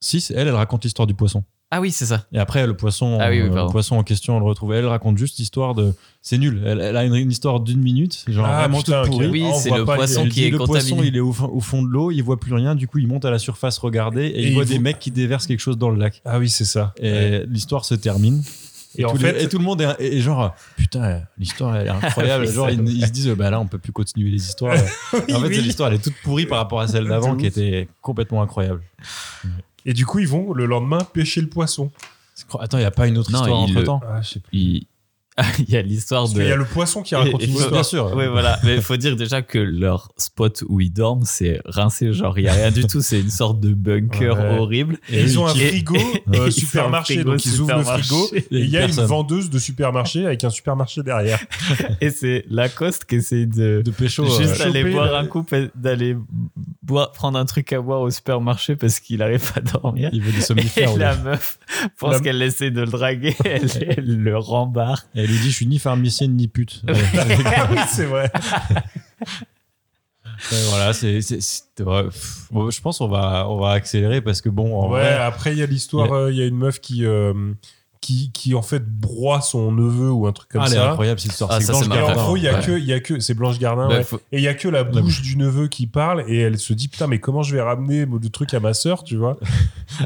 Si, c'est- elle, elle raconte l'histoire du poisson. Ah oui, c'est ça. Et après, le poisson, Ah oui, oui, euh, pardon. le poisson en question, on le retrouve. Elle raconte juste l'histoire de. C'est nul. Elle, elle a une, une histoire d'une minute, genre Ah, vraiment putain, toute ok. pourrie. Oui, Ah, on c'est voit le pas poisson Elle qui dit, est le contaminé. poisson, il est au, fin- au fond de l'eau, il voit plus rien. Du coup, il monte à la surface regarder et, Et il il voit des voit- mecs qui déversent quelque chose dans le lac. Ah oui, c'est ça. Et Ouais. l'histoire se termine. Et, en Tous les- fait, et tout le monde est, est genre putain l'histoire elle est incroyable Oui, genre ça, ils, ouais. ils se disent bah là on peut plus continuer les histoires en fait oui. c'est l'histoire elle est toute pourrie par rapport à celle d'avant De qui ouf. était complètement incroyable et du coup, ils vont le lemain pêcher le poisson. C'est cro- attends il y a pas une autre Non, histoire il entre le- temps Ah, je sais plus. Il, il y a l'histoire Parce qu'il y de. a le poisson qui Et- raconte et une faut- histoire. bien sûr Oui, voilà. Mais il faut dire déjà que leur spot où ils dorment, c'est rincé. Genre, il n'y a rien du tout. C'est une sorte de bunker Ouais. horrible. Et ils ont un Et- frigo et- euh, et- supermarché, frigo donc ils ouvrent le supermarché. frigo et il y a Personne. une vendeuse de supermarché avec un supermarché derrière. Et c'est Lacoste qui essaie de. de pécho euh, Juste ouais. aller Choper boire le- un coup, et d'aller boire, prendre un truc à boire au supermarché parce qu'il arrive pas à dormir. il veut des Et somnifères la ouais. meuf pense La- qu'elle essaie de le draguer, elle, elle le rembarre. et elle lui dit je suis ni pharmacienne ni pute Ouais. ah oui, c'est vrai. Ouais, voilà c'est c'est- c'est- ouais, pff, bon, je pense on va on va accélérer parce que bon en ouais, vrai après il y a l'histoire, euh, il y a une meuf qui, euh, qui qui en fait broie son neveu ou un truc comme ah, elle est ça. incroyable cette histoire Ah, c'est ça, Blanche c'est Et en Gardin. gros, il y a Ouais. que, il y a que, c'est Blanche Gardin, Bah, ouais. faut- et il y a que la bouche du neveu qui parle, et elle se dit putain, mais comment je vais ramener le truc à ma sœur, tu vois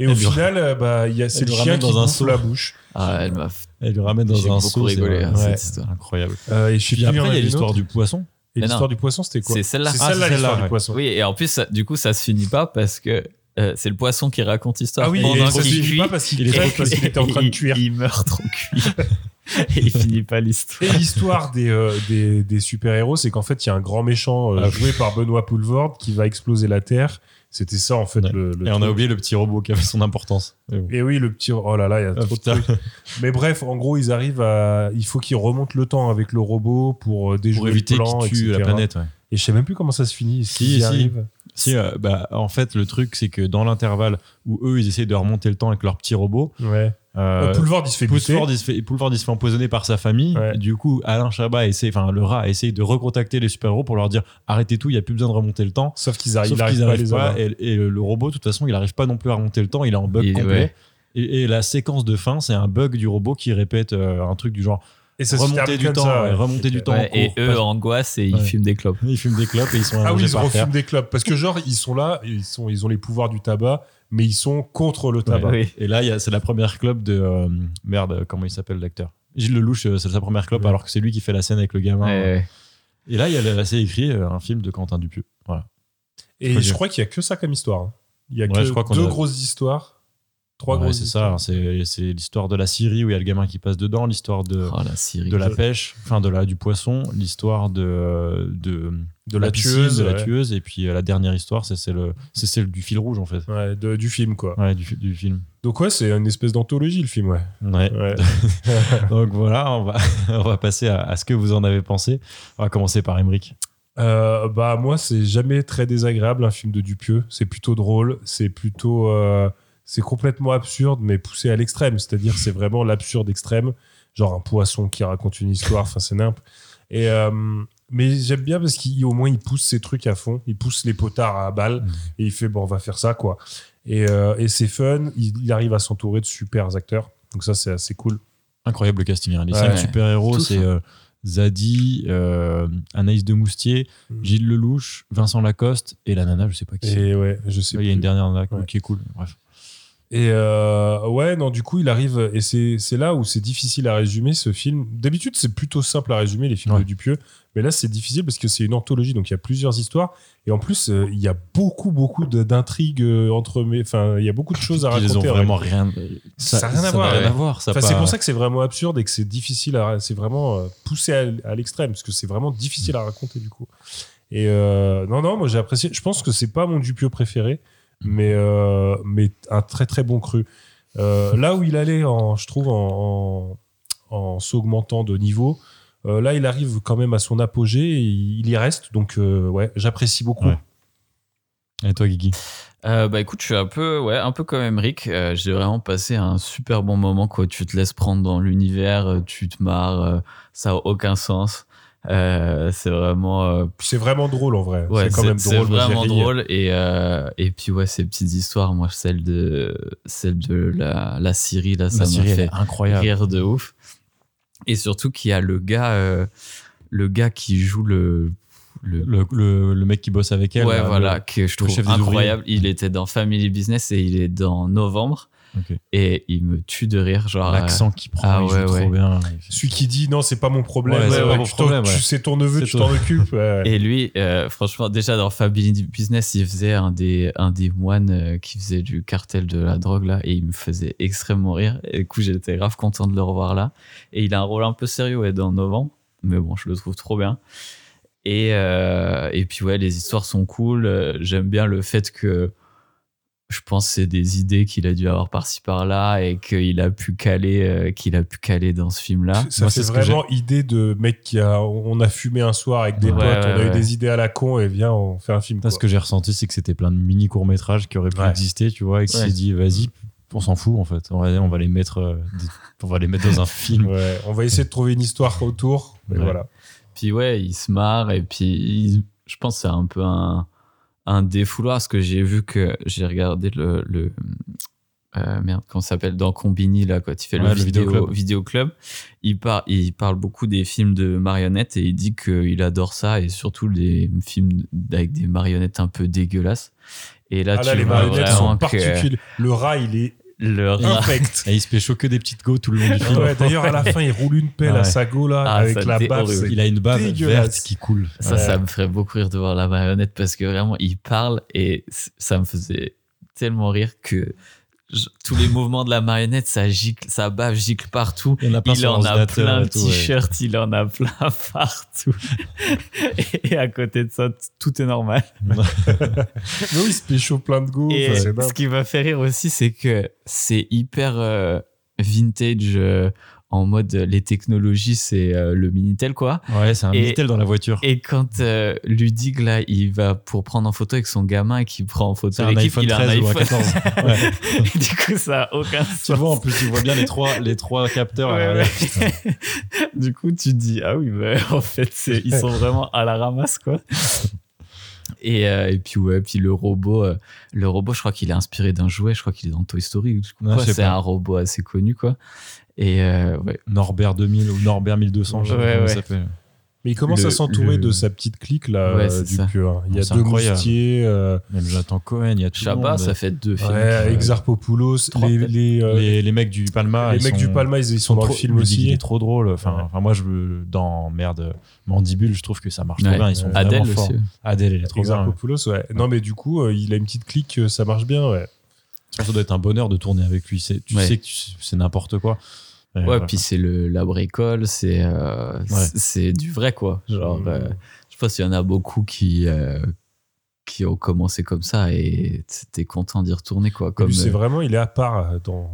Et au lui- final, euh, bah, il y a c'est elle le lui chien ramène qui dans un bouffe seau. la bouche. Ah, elle m'a fait- elle lui ramène J'ai dans un beaucoup saut c'est rigolé, vrai. hein, cette Ouais, histoire. incroyable Euh, et je sais puis plus, après en il y a une l'histoire autre. du poisson Et Mais non. l'histoire du poisson, c'était quoi C'est celle-là. C'est Ah, celle-là c'est l'histoire celle-là, du ouais. poisson. Oui, et en plus, ça- du coup, ça se finit pas parce que euh, c'est le poisson qui raconte l'histoire. Ah oui, pendant et ça qu'il se finit cuit. pas parce qu'il Et- crève, parce qu'il était en train de il- cuire. Il meurt trop cuit. et il finit pas l'histoire. Et l'histoire des, euh, des, des super-héros, c'est qu'en fait, il y a un grand méchant euh, Ah oui. joué par Benoît Poulvord qui va exploser la Terre. C'était ça, en fait, Ouais. le, le Et on a truc. oublié le petit robot qui avait son importance. Mais bon. Et oui, le petit... Oh là là, il y a Ah, trop de putain. trucs. Mais bref, en gros, ils arrivent à... Il faut qu'ils remontent le temps avec le robot pour euh, déjouer Pour éviter le plan, qu'il tue etc. la planète. ouais. Et je sais même plus comment ça se finit. Si, S'ils y si. arrivent. Si, euh, bah, en fait, le truc, c'est que dans l'intervalle où eux, ils essayent de remonter le temps avec leur petit robot. Ouais. Euh, Poulvord, il se fait buter. Poulvord, il se fait, Poulvord, il se fait empoisonner par sa famille. Ouais. Du coup, Alain Chabat essaie, enfin, le rat essaye de recontacter les super-héros pour leur dire arrêtez tout, il n'y a plus besoin de remonter le temps. Sauf qu'ils arrivent, Sauf il arrive qu'ils pas à arrivent les pas. avoir. et, et le, le robot, de toute façon, il n'arrive pas non plus à remonter le temps. Il est en bug Il- complet. ouais. Et, et la séquence de fin, c'est un bug du robot qui répète euh, un truc du genre Et ça se remonter termine du comme temps, ça, ouais, ouais. remonter du temps. en Ouais, et cours, eux, pas- angoissent et ils Ouais. fument des clopes. ils fument des clopes et ils sont Ah oui, allongés ils par terre. refument des clopes. Parce que, genre, ils sont là, ils, sont, ils ont les pouvoirs du tabac, mais ils sont contre le tabac. Oui. Et là, il y a- c'est la première clope de. euh, merde, euh, comment il s'appelle l'acteur Gilles Lelouch, euh, c'est sa première clope, Ouais. alors que c'est lui qui fait la scène avec le gamin. Ouais, Et là, il y a là, c'est écrit euh, un film de Quentin Dupieux. Voilà. Et Très je bien. crois qu'il y a que ça comme histoire. hein. Il y a Ouais, que je crois qu'on deux a- grosses histoires. Trois Ouais, grosses c'est ça. histoires. hein, C'est c'est l'histoire de la Syrie où il y a le gamin qui passe dedans, l'histoire de, Oh, la Syrie. de la pêche, enfin de la, du poisson, l'histoire de, de, De la piscine, tueuse, de la ouais. tueuse, et puis euh, la dernière histoire, c'est celle, c'est celle du fil rouge en fait. Ouais, de- du film, quoi. Ouais, du, du film. Donc, ouais, c'est une espèce d'anthologie, le film, ouais. Ouais. Ouais. Donc voilà, on va, on va passer à, à ce que vous en avez pensé. On va commencer par Emmerich. Euh, bah moi c'est jamais très désagréable un film de Dupieux c'est plutôt drôle c'est plutôt euh, c'est complètement absurde mais poussé à l'extrême c'est-à-dire c'est vraiment l'absurde extrême genre un poisson qui raconte une histoire enfin c'est nimp et euh, mais j'aime bien parce qu'au moins il pousse ses trucs à fond il pousse les potards à Mmh. balles et il fait bon on va faire ça quoi et, euh, et c'est fun il, il arrive à s'entourer de super acteurs donc ça c'est assez cool Incroyable le casting. hein. Les Ouais. cinq Ouais. super-héros, Tous, c'est hein. euh, Zadie, euh, Anaïs de Moustier, Mm. Mhm. Gilles Lelouch, Vincent Lacoste et la nana, je sais pas qui c'est. et ouais je sais Ouais, Il y a plus. une dernière nana Ouais. qui est cool. Bref. Et euh, ouais, non, du coup, il arrive, et c'est c'est là où c'est difficile à résumer ce film. D'habitude, c'est plutôt simple à résumer les films Ouais. de Dupieux, mais là, c'est difficile parce que c'est une anthologie, donc il y a plusieurs histoires, et en plus, euh, il y a beaucoup, beaucoup de- d'intrigues euh, entre mes. Enfin, il y a beaucoup de choses à Puis raconter. ils ont en vraiment rien. Ça a rien à n'a voir, ouais. ça Enfin, pas- c'est pour ça que c'est vraiment absurde et que c'est difficile à, c'est vraiment euh, poussé à, à l'extrême parce que c'est vraiment difficile à raconter du coup. Et euh, non, non, moi j'ai apprécié. Je pense que c'est pas mon Dupieux préféré, Mm. mais euh, mais un très très bon cru. Euh, là où il allait, en, je trouve, en, en, en s'augmentant de niveau, euh, là il arrive quand même à son apogée. Et il y reste, donc euh, ouais, j'apprécie beaucoup. Ouais. Et toi, Guigui Euh, bah écoute, je suis un peu, ouais, un peu comme Emmerich. Euh, J'ai vraiment passé un super bon moment. Quoi. Tu te laisses prendre dans l'univers, euh, tu te marres, euh, ça a aucun sens. Euh, c'est vraiment, euh, C'est vraiment drôle en vrai. ouais, c'est quand même c'est drôle. moi, j'ai vraiment ri. drôle. Et, euh, et puis ouais, ces petites histoires, moi, celle de, celle de la, la Syrie là, ça La m'a série, elle fait est incroyable. rire de ouf. Et surtout qu'il y a le gars, euh, le gars qui joue le, le Le, le- le mec qui bosse avec elle. ouais, là, euh, le- voilà, que je trouve chef des incroyable. Il était dans Family Business et il est dans Novembre. Ok. Et il me tue de rire, genre. L'accent qui prend, Ah il joue ouais, ouais. trop bien. Celui qui dit non, c'est pas mon problème, Ouais, c'est c'est pas pas que mon tu t'en- problème, tu- ouais. c'est ton neveu, C'est tu toi. t'en occupes. ouais. euh, Et lui, euh, franchement, déjà dans Family Business, il faisait un des, un des moines euh, qui faisait du cartel de la drogue là, et il me faisait extrêmement rire. Et du coup, j'étais grave content de le revoir là. Et il a un rôle un peu sérieux ouais, dans Novembre, mais bon, je le trouve trop bien. Et, euh, et puis ouais, les histoires sont cool. Euh, J'aime bien le fait que je pense que c'est des idées qu'il a dû avoir par-ci par-là et qu'il a pu caler, euh, qu'il a pu caler dans ce film-là. Ça Moi, c'est c'est ce que vraiment idée de mec qui a. On a fumé un soir avec des Ouais, potes, on a ouais, eu ouais. des idées à la con et viens, on fait un film. Là, ce quoi. que j'ai ressenti, c'est que c'était plein de mini courts-métrages qui auraient pu Ouais. exister, tu vois, et qui Ouais. s'est dit, vas-y, on s'en fout, en fait. On va, on va les mettre, euh, des- on va les mettre dans un film. Ouais, on va essayer de trouver une histoire autour. mais Ouais. voilà. Puis ouais, il se marre et puis il- je pense que c'est un peu un, un défouloir parce que j'ai vu que j'ai regardé le. le euh, merde, comment ça s'appelle Dans Combini, là, quand il fait Ouais, le, le vidéo, vidéoclub. vidéoclub, il, par- il parle beaucoup des films de marionnettes et il dit qu'il adore ça et surtout des films avec des marionnettes un peu dégueulasses. Et là, Ah tu là, les vois marionnettes vraiment sont que particulières. Ah, Le rat, il est Le rat- infect. Et il se fait choquer des petites go tout le long du film. Ouais, D'ailleurs, à la fin, il roule une pelle Ouais. à sa go là, Ah, avec ça, la c'est baffe. horrible. c'est- Il a une bave dégueulasse. verte qui coule. Ça, ça me ferait beaucoup rire de voir la marionnette parce que vraiment, il parle et c- ça me faisait tellement rire que je- tous les mouvements de la marionnette, ça gicle, ça bave, gicle partout. Il y en a plein Il sur en a l'ordinateur plein et de tout, ouais. t-shirts, il en a plein partout. et, et à côté de ça, t- tout est normal. Mais oui, il se pécho plein de go. Et enfin, c'est dingue. ce qui m'a fait rire aussi, c'est que c'est hyper euh, vintage euh, en mode euh, les technologies, c'est euh, le Minitel, quoi. Ouais, c'est un Et- Minitel dans la voiture. Et quand euh, Ludig, là, il va pour prendre en photo avec son gamin et qu'il prend en C'est photo un l'équipe, iPhone il a 13 ou un iPhone. 14. Ouais. Et du coup, ça a aucun sens. Tu vois, en plus, tu vois bien les trois, les trois capteurs. euh, Ouais, alors, ouais. putain. du coup, tu te dis, ah oui, bah, en fait, c'est- ils sont vraiment à la ramasse, quoi. Et, euh, et puis, ouais, puis le robot, euh, le robot, je crois qu'il est inspiré d'un jouet, je crois qu'il est dans Toy Story. du coup, Ah, quoi. je sais c'est pas. un robot assez connu, quoi. Et euh, ouais. Norbert 2000 ou Norbert 1200, je sais pas Ouais, comment ouais. ça s'appelle. Mais il commence Le- à s'entourer le- de sa petite clique là, Ouais, euh, c'est du ça. pur. Il y a C'est deux incroyable. moustiers, euh, Même Jonathan Cohen, il y a tout le Chabat, monde. ça fait deux films. ouais, qui- Exarchopoulos, Trois les, têtes. les, euh, les, les mecs du Palma. les ils mecs sont- du Palma, ils, ils sont dans le trop- film Ludig, Il aussi. est trop drôle. Enfin, Ouais. enfin, moi, je veux- dans merde, Mandibule, je trouve que ça marche Ouais. trop bien. Ils sont Adèle vraiment forts. aussi. Adèle, elle est trop bien. Exarchopoulos, ouais. Non, mais du coup, euh, il a une petite clique, euh, ça marche bien, ouais. Je pense que Ah, ça doit être un bonheur de tourner avec lui. C'est- Tu Ouais. sais que tu- c'est n'importe quoi. Et Ouais, voilà. puis c'est le la bricole, c'est euh, c'est- c'est du vrai quoi. Genre, Mmh. euh, je pense qu'il y en a beaucoup qui euh, qui ont commencé comme ça et t'es content d'y retourner quoi. Et Comme puis, c'est euh, vraiment, il est à part euh, dans,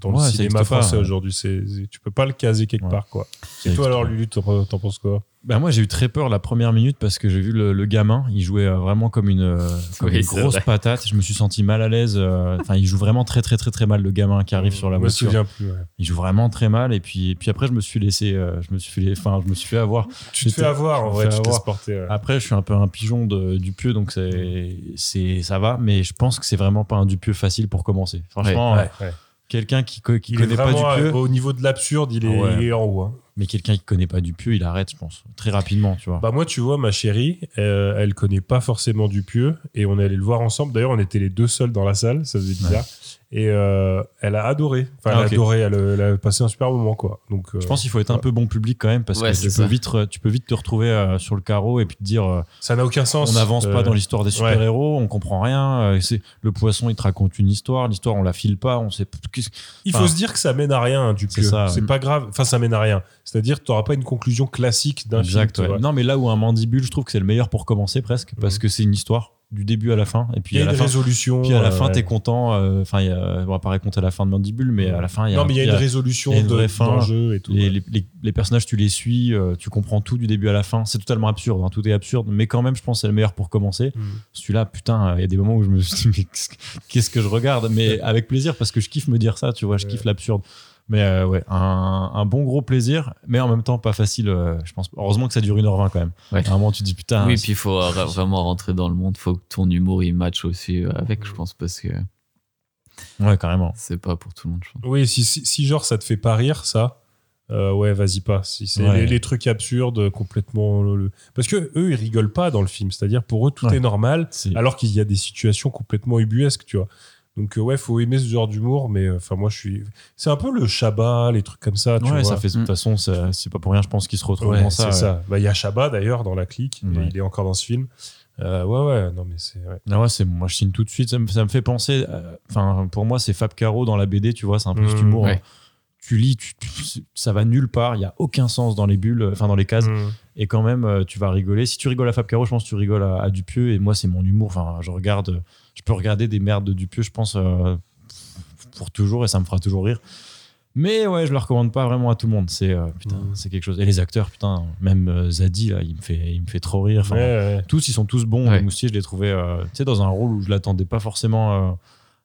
dans Ouais, ça le cinéma existe pas, français ouais. aujourd'hui. C'est, c'est- tu peux pas le caser quelque Ouais. part, quoi. C'est Et toi, extra- alors, Lulu, t'en, t'en penses quoi Ben, moi, j'ai eu très peur la première minute parce que j'ai vu le, le gamin. Il jouait euh, vraiment comme une, euh, comme Oui, une c'est grosse vrai. patate. Je me suis senti mal à l'aise. euh, Enfin, il joue vraiment très, très, très, très mal le gamin qui arrive sur la Mmh, Je me voiture. souviens plus, ouais. Il joue vraiment très mal. Et puis, et puis après, je me suis laissé, euh, je me suis fait, enfin, je me suis fait avoir. Tu te J'étais- fais avoir, en je me vrai, fais tu te laisses avoir. porter. ouais. Après, je suis un peu un pigeon de- du pieu, donc c'est, c'est, ça va, mais je pense que c'est vraiment pas un du pieu facile pour commencer. Franchement, euh, Ouais, ouais. quelqu'un qui, co- qui Il connaît est pas du vraiment, pieu, euh, au niveau de l'absurde, il est, Ah ouais. il est en haut. hein. mais quelqu'un qui connaît pas du pieu, il arrête, je pense, très rapidement, tu vois. Bah moi, tu vois, ma chérie, euh, elle connaît pas forcément Dupieux et on est allé le voir ensemble. D'ailleurs, on était les deux seuls dans la salle, ça faisait bizarre. Et euh, elle a adoré. Enfin, Ah, elle a ok. adoré. Elle, elle a passé un super moment, quoi. Donc, euh, je pense qu'il faut être un peu bon public quand même parce Ouais, que c'est tu ça. peux, vite, re- tu peux vite te retrouver euh, sur le carreau et puis te dire euh, ça n'a aucun sens. on n'avance Euh, pas dans l'histoire des ouais. super-héros, on comprend rien. euh, c'est, le poisson il te raconte une histoire, l'histoire on la file pas, on sait. qu'est-ce- Il faut enfin, se dire que ça mène à rien, hein, Dupieux. c'est ça, C'est ouais. pas grave. Enfin, ça mène à rien. C'est-à-dire, t'auras pas une conclusion classique d'un film. Exact. tu ouais. vois. Non, mais là où un mandibule, je trouve que c'est le meilleur pour commencer presque parce Mhm. que c'est une histoire du début à la fin et puis Il y a à une la fin résolution. Puis à la euh, fin, ouais. t'es content. euh, Enfin, il y a- on va pas raconter la fin de Mandibule, mais à la fin, il y a, Non, mais il y a il une résolution il y a une de- vraie fin. d'enjeu et tout. les, ouais. les- les- les personnages, tu les suis, euh, tu comprends tout du début à la fin. C'est totalement absurde, hein, tout est absurde, mais quand même, je pense que c'est le meilleur pour commencer. Mm. Celui-là, putain, euh, il y a des moments où je me suis dit, mais qu'est-ce que- qu'est-ce que je regarde Mais avec plaisir, parce que je kiffe me dire ça, tu vois, je Ouais. kiffe l'absurde. Mais euh, ouais, un, un bon gros plaisir, mais en même temps, pas facile, euh, je pense. Heureusement que ça dure 1h20 quand même. Ouais. À un moment, tu te dis, putain, oui, c'est- puis il faut euh, vraiment rentrer dans le monde. Faut que ton humour il match aussi euh, avec, je pense, parce que ouais, carrément. c'est pas pour tout le monde. Je pense. Oui, si, si, si genre ça te fait pas rire, ça, euh, ouais, vas-y pas. Si c'est Ouais. les, les trucs absurdes, euh, complètement. le- le- Parce que eux, ils rigolent pas dans le film. C'est-à-dire pour eux, tout Ouais. est normal, C'est- alors qu'il y a des situations complètement ubuesques, tu vois. Donc euh, ouais, faut aimer ce genre d'humour, mais euh, enfin moi je suis. C'est un peu le Shabbat, les trucs comme ça, tu ouais, vois. ça fait de Mm. toute façon, ça- c'est pas pour rien, je pense qu'ils se retrouvent Ouais, dans c'est ça. euh, ouais. ça. Bah, il y a Shabbat d'ailleurs dans la clique. Ouais. Il est encore dans ce film. Euh, ouais, ouais. Non mais c'est. ouais. Ah ouais, c'est moi je signe tout de suite. Ça me, ça me fait penser. euh, Enfin, pour moi, c'est Fab Caro dans la BD, tu vois, c'est un peu Mmh, cet humour. ouais. hein. Tu lis, tu- tu- ça va nulle part. Il y a aucun sens dans les bulles, euh, enfin dans les cases. Mm. Et quand même, euh, tu vas rigoler. Si tu rigoles à Fab Caro, je pense que tu rigoles à, à Dupieux. Et moi, c'est mon humour. Enfin, je regarde, euh, je peux regarder des merdes de Dupieux, je pense, euh, pour toujours, et ça me fera toujours rire. Mais ouais, je le recommande pas vraiment à tout le monde. C'est euh, putain, Mmh. c'est quelque chose. Et les acteurs, putain, même euh, Zadi là, il me fait, il me fait trop rire. Enfin, Ouais, Ah, ouais. tous ils sont tous bons Ouais. Moustier je l'ai trouvé euh, tu sais dans un rôle où je l'attendais pas forcément euh,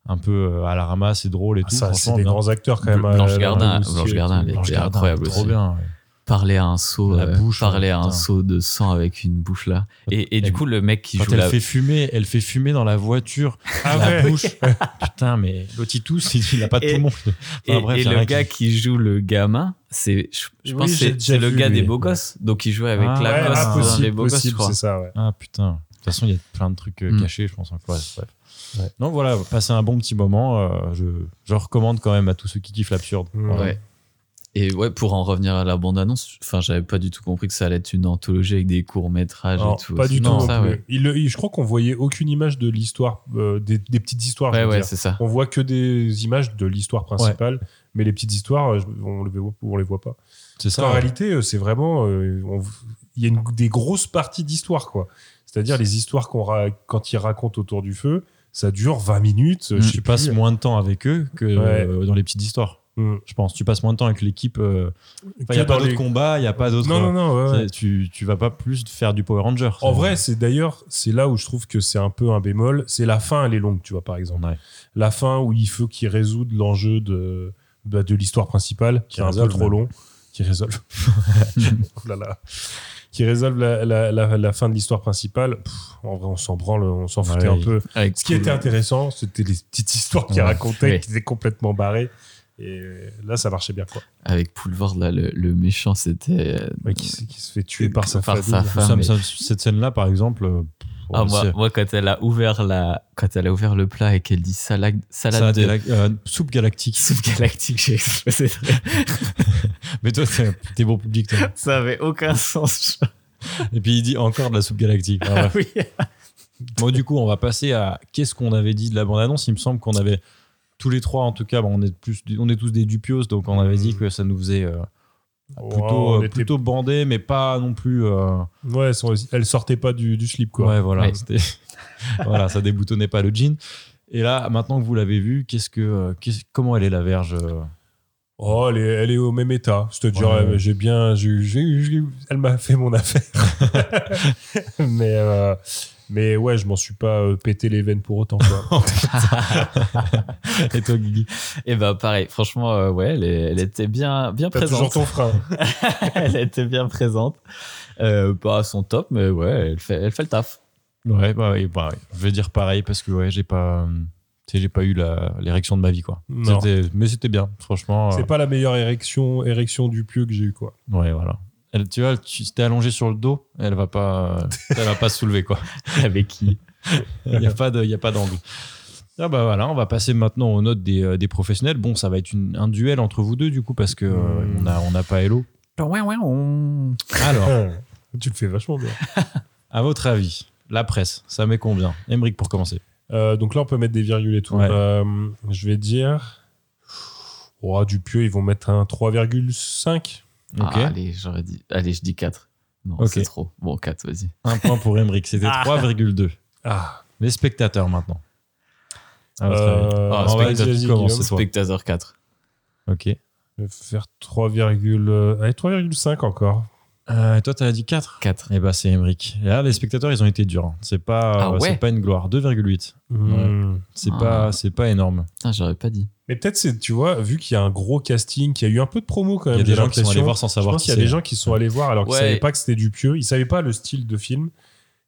un peu euh, à la ramasse et drôle et tout Ah, Ça, c'est franchement des bien. grands acteurs quand même. Blanche euh, Gardin, Moustier Blanche et Gardin, tout. elle est- Blanche C'était Gardin, incroyable trop aussi. bien ouais. Parler à un seau, La euh, bouche, parler ouais, à un putain. seau de sang avec une bouche là. Et, et du Elle- coup, le mec qui quand joue elle la fait fumer elle fait fumer dans la voiture Ah la ouais. bouche putain mais l'autre il tousse il il a pas de Et- poumon Et, Enfin, bref, et y a le rien gars qui- qui joue le gamin, c'est, je, je Oui, pense, que j'ai c'est, déjà c'est le vu, gars des lui. beaux gosses. Donc il jouait avec Ah, Ouais, la gosse ah, dans hein, les possible, beaux gosses, je possible, crois. c'est ça, ouais. ah putain de toute façon il y a plein de trucs euh, Mm. cachés je pense encore ouais, bref. Ouais. donc voilà passer un bon petit moment euh, je, je recommande quand même à tous ceux qui kiffent l'absurde Mm. Voilà. Ouais. Et ouais, pour en revenir à la bande-annonce, enfin, j'avais pas du tout compris que ça allait être une anthologie avec des courts-métrages Non, et tout. Pas du tout. Non, non ça, plus. ouais. Il le- il- je crois qu'on voyait aucune image de l'histoire, euh, des, des petites histoires. je Ouais, veux ouais, dire. c'est ça. On voit que des images de l'histoire principale, mais les petites histoires, euh, je- on les voit, on les voit pas. c'est ça hein. en ouais. réalité, euh, c'est vraiment, euh, on- il y a une- des grosses parties d'histoire, quoi. C'est-à-dire les histoires qu'on ra- quand ils racontent autour du feu, ça dure 20 minutes. euh, Mm. je sais Mmh. tu passes plus. moins de temps avec eux que hein. Ouais. euh, dans les petites histoires Je pense, tu passes moins de temps avec l'équipe. euh, enfin, Il n'y a Que pas dans d'autres les- combats, il n'y a pas d'autres. euh, Non, non, non, ouais, hein. c'est- ouais. Tu, tu vas pas plus faire du Power Ranger. En vrai, c'est d'ailleurs, c'est là où je trouve que c'est un peu un bémol. C'est la fin, elle est longue, tu vois, par exemple. La fin où il faut qu'ils résoudent l'enjeu de, bah, de l'histoire principale, qui est un peu résolve, trop même. long, qui résolve. Oh là là. Qui résolve la, la- la- la fin de l'histoire principale. Pff, en vrai, on s'en branle, on s'en foutait Ouais, un peu. avec Ce qui cool. était intéressant, c'était les petites histoires qu'il Ouais. racontait, Ouais. qui étaient complètement barrées. Et là, ça marchait bien, quoi. Avec Poulvord, là, le, le méchant, c'était. euh, Ouais, qui, c'est- qui se fait tuer par sa famille. Ça me- mais- ça- cette scène-là, par exemple. euh, pff, Ah, ouais, moi, c'est- moi, quand elle a ouvert la, quand elle a ouvert le plat et qu'elle dit salade, salade, salade de- galac- euh, soupe galactique. soupe galactique, j'ai explosé. de rire. Mais toi, t'es t'es bon public, toi. Ça avait aucun sens. Et puis il dit encore de la soupe galactique. Ah, Ah bref. oui. Bon, du coup, on va passer à qu'est-ce qu'on avait dit de la bande-annonce. Il me semble qu'on avait tous les trois, en tout cas, bon, on, est plus, on est tous des dupios, donc on avait dit que ça nous faisait euh, Mm. Ouais, plutôt, on euh, était- plutôt bandé, mais pas non plus. euh, Ouais, elles, sont- elles sortaient pas du, du slip, quoi. Ouais, voilà. Ouais. c'était- voilà, ça déboutonnait pas le jean. Et là, maintenant que vous l'avez vu, qu'est-ce que, euh, qu'est-ce- comment elle est la verge euh Oh, elle est, elle est au même état. C'est-à-dire, Ouais. euh, j'ai bien. j'ai- j'ai- j'ai- elle m'a fait mon affaire. mais, euh, mais ouais, je m'en suis pas euh, pété les veines pour autant. quoi. Et toi, Guigui Et ben pareil, franchement, euh, ouais, elle, est- elle était bien, bien T'as toujours présente. ton frein. elle était bien présente. Euh, pas à son top, mais ouais, elle fait, elle fait le taf. Ouais, bah, ouais, bah, ouais. je vais dire pareil parce que ouais, j'ai pas, euh, tu sais, j'ai pas eu la- l'érection de ma vie quoi. Non. C'était- Mais c'était bien, franchement. euh, C'est pas la meilleure érection, érection du pieu que j'ai eu, quoi. Ouais, voilà. Elle, tu vois, tu t'es allongé sur le dos, elle va pas, euh, elle va pas se soulever quoi. Avec qui Il n'y a pas de- il y a pas d'angle. Ah bah voilà, on va passer maintenant aux notes des, euh, des professionnels. Bon, ça va être une- un duel entre vous deux du coup parce que euh, Hmm. on a on n'a pas Hello. Alors, tu le fais vachement bien. à votre avis, la presse, ça met combien Emmerich pour commencer. Euh, donc là, on peut mettre des virgules et tout. Ouais. Euh, je vais dire. Oh, du pieu, ils vont mettre un 3,5. Ok. Ah, allez, j'aurais dit. Allez, je dis 4. Non, Ok. c'est trop. Bon, 4, vas-y. Un point pour Emmerich, c'était 3,2. Ah, Les spectateurs maintenant. À votre Euh, avis. Ah, vas-y, spectateur, vas-y, tu commences, Guillaume. c'est toi. Spectateur 4. Euh, Ok. je vais faire 3,5 allez, 3,5 encore. Euh, toi, t'as dit 4 4. Eh ben, c'est Emmerich. Et Là, les spectateurs, ils ont été durs. hein. C'est pas, Ah euh, c'est ouais pas une gloire. 2,8. Hmm. C'est Ah. pas, c'est pas énorme. Putain, j'aurais pas dit. Mais peut-être, c'est, tu vois, vu qu'il y a un gros casting, qu'il y a eu un peu de promo quand Il même. y a des j'ai gens qui sont allés l'impression. voir sans Je savoir pense qui qu'il y a des c'est. gens qui sont allés voir alors qu'ils Ouais. savaient pas que c'était du pieux. Ils savaient pas le style de film.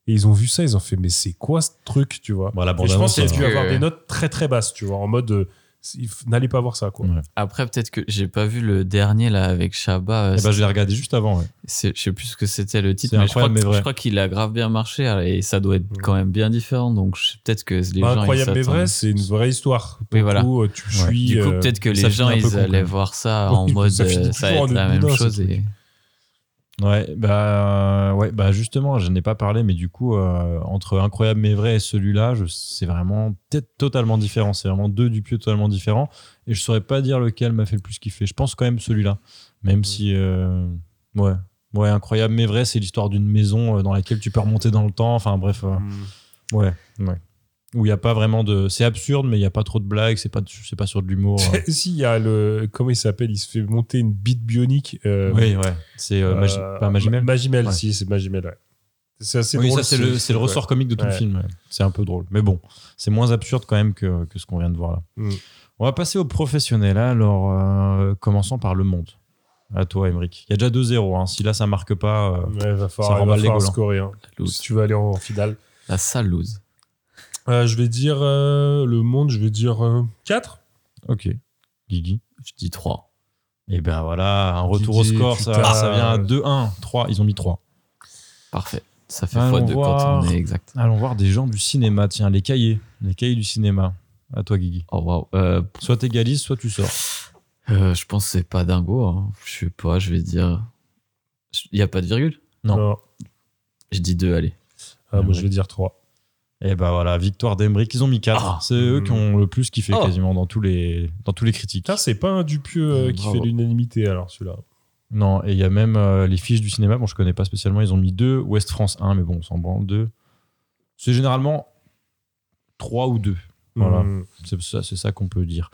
Et ils ont vu ça, ils ont fait, mais c'est quoi ce truc, tu vois Bon, Et la je pense bande-annonce, qu'il y a ça dû va. euh, avoir ouais. des notes très très basses, tu vois, en mode, euh, il f- n'allez pas voir ça, quoi. Ouais. Après, peut-être que j'ai pas vu le dernier là avec Shabba. euh, Eh ben, je l'ai regardé juste avant. ouais. c'est- Je sais plus ce que c'était le titre, C'est mais je crois, incroyable, mais que- vrai. Mm. je crois qu'il a grave bien marché et ça doit être quand même bien différent. Donc je- peut-être que les Pas gens. ils incroyable mais s'attendent. vrai, c'est une vraie histoire. Pour Oui, le voilà. coup, euh, tu Ouais. suis. Du coup, euh, peut-être que ça les finit gens un peu con, ils quand allaient même. voir ça Oui, en mode ça finit euh, toujours ça va en être la autre même boudin, ce chose. truc. Et... Ouais, bah, ouais, bah justement, je n'ai pas parlé, mais du coup, euh, entre Incroyable mais vrai et celui-là, je- c'est vraiment peut-être totalement différent. C'est vraiment deux Dupieux totalement différents. Et je saurais pas dire lequel m'a fait le plus kiffer. Je pense quand même celui-là. Mhm. Même si. euh, ouais. Ouais, Incroyable mais vrai, c'est l'histoire d'une maison euh, dans laquelle tu peux remonter dans le temps. Enfin, bref. euh, Hmm. ouais. Ouais. Où il n'y a pas vraiment de. C'est absurde, mais il n'y a pas trop de blagues, c'est pas, c'est pas sur de l'humour. euh. si, il y a le. Comment il s'appelle Il se fait monter une bite bionique. euh, oui, ouais. C'est euh, Magi- euh, pas Magimel. Ma- Magimel, Ouais. si, c'est Magimel, ouais. C'est assez Oui, drôle. ça, c'est le, c'est le ouais. ressort comique de tout le Ouais. film. ouais. C'est un peu drôle. Mais bon, c'est moins absurde quand même que, que ce qu'on vient de voir là. Mm. On va passer aux professionnels. Alors, euh, commençons par le monde. À toi, Emmerich. Il y a déjà 2-0. hein. Si là, ça marque pas. euh, Ouais, va Ça falloir, il va remballe les falloir gaules, hein. scorer. hein, si tu veux aller en, en finale. La sale loose. Euh, je vais dire euh, le monde, je vais dire euh, 4. Ok. Guigui. Je dis 3. Et ben voilà, un retour Guigui, au score. Ça, putain. ça vient à 2-1. 3. Ils ont mis 3. Parfait. Ça fait Allons fois 2 quand voir. on est exact. Allons voir des gens du cinéma. Tiens, les cahiers. Les cahiers du cinéma. À toi, Guigui. Oh waouh. Euh, Soit t'égalises, soit tu sors. euh, je pense que c'est pas dingo. hein. Je sais pas, je vais dire. Il y a pas de virgule Non. Je dis 2, allez. Ah, moi, Ouais. je vais dire 3. Et ben voilà, victoire d'Emmerich. Ils ont mis 4. Ah. C'est eux qui ont le plus kiffé Oh. quasiment dans tous les, dans tous les critiques. Mm. Putain, c'est pas un Dupieux Mm, euh, qui Bravo. fait l'unanimité, alors celui-là. Non, et il y a même euh, les fiches du cinéma. Bon, je connais pas spécialement. Ils ont mis deux, Ouest France 1, mais bon, on s'en branle. Deux. C'est généralement trois ou deux. Voilà. Mm. C'est ça, c'est ça qu'on peut dire.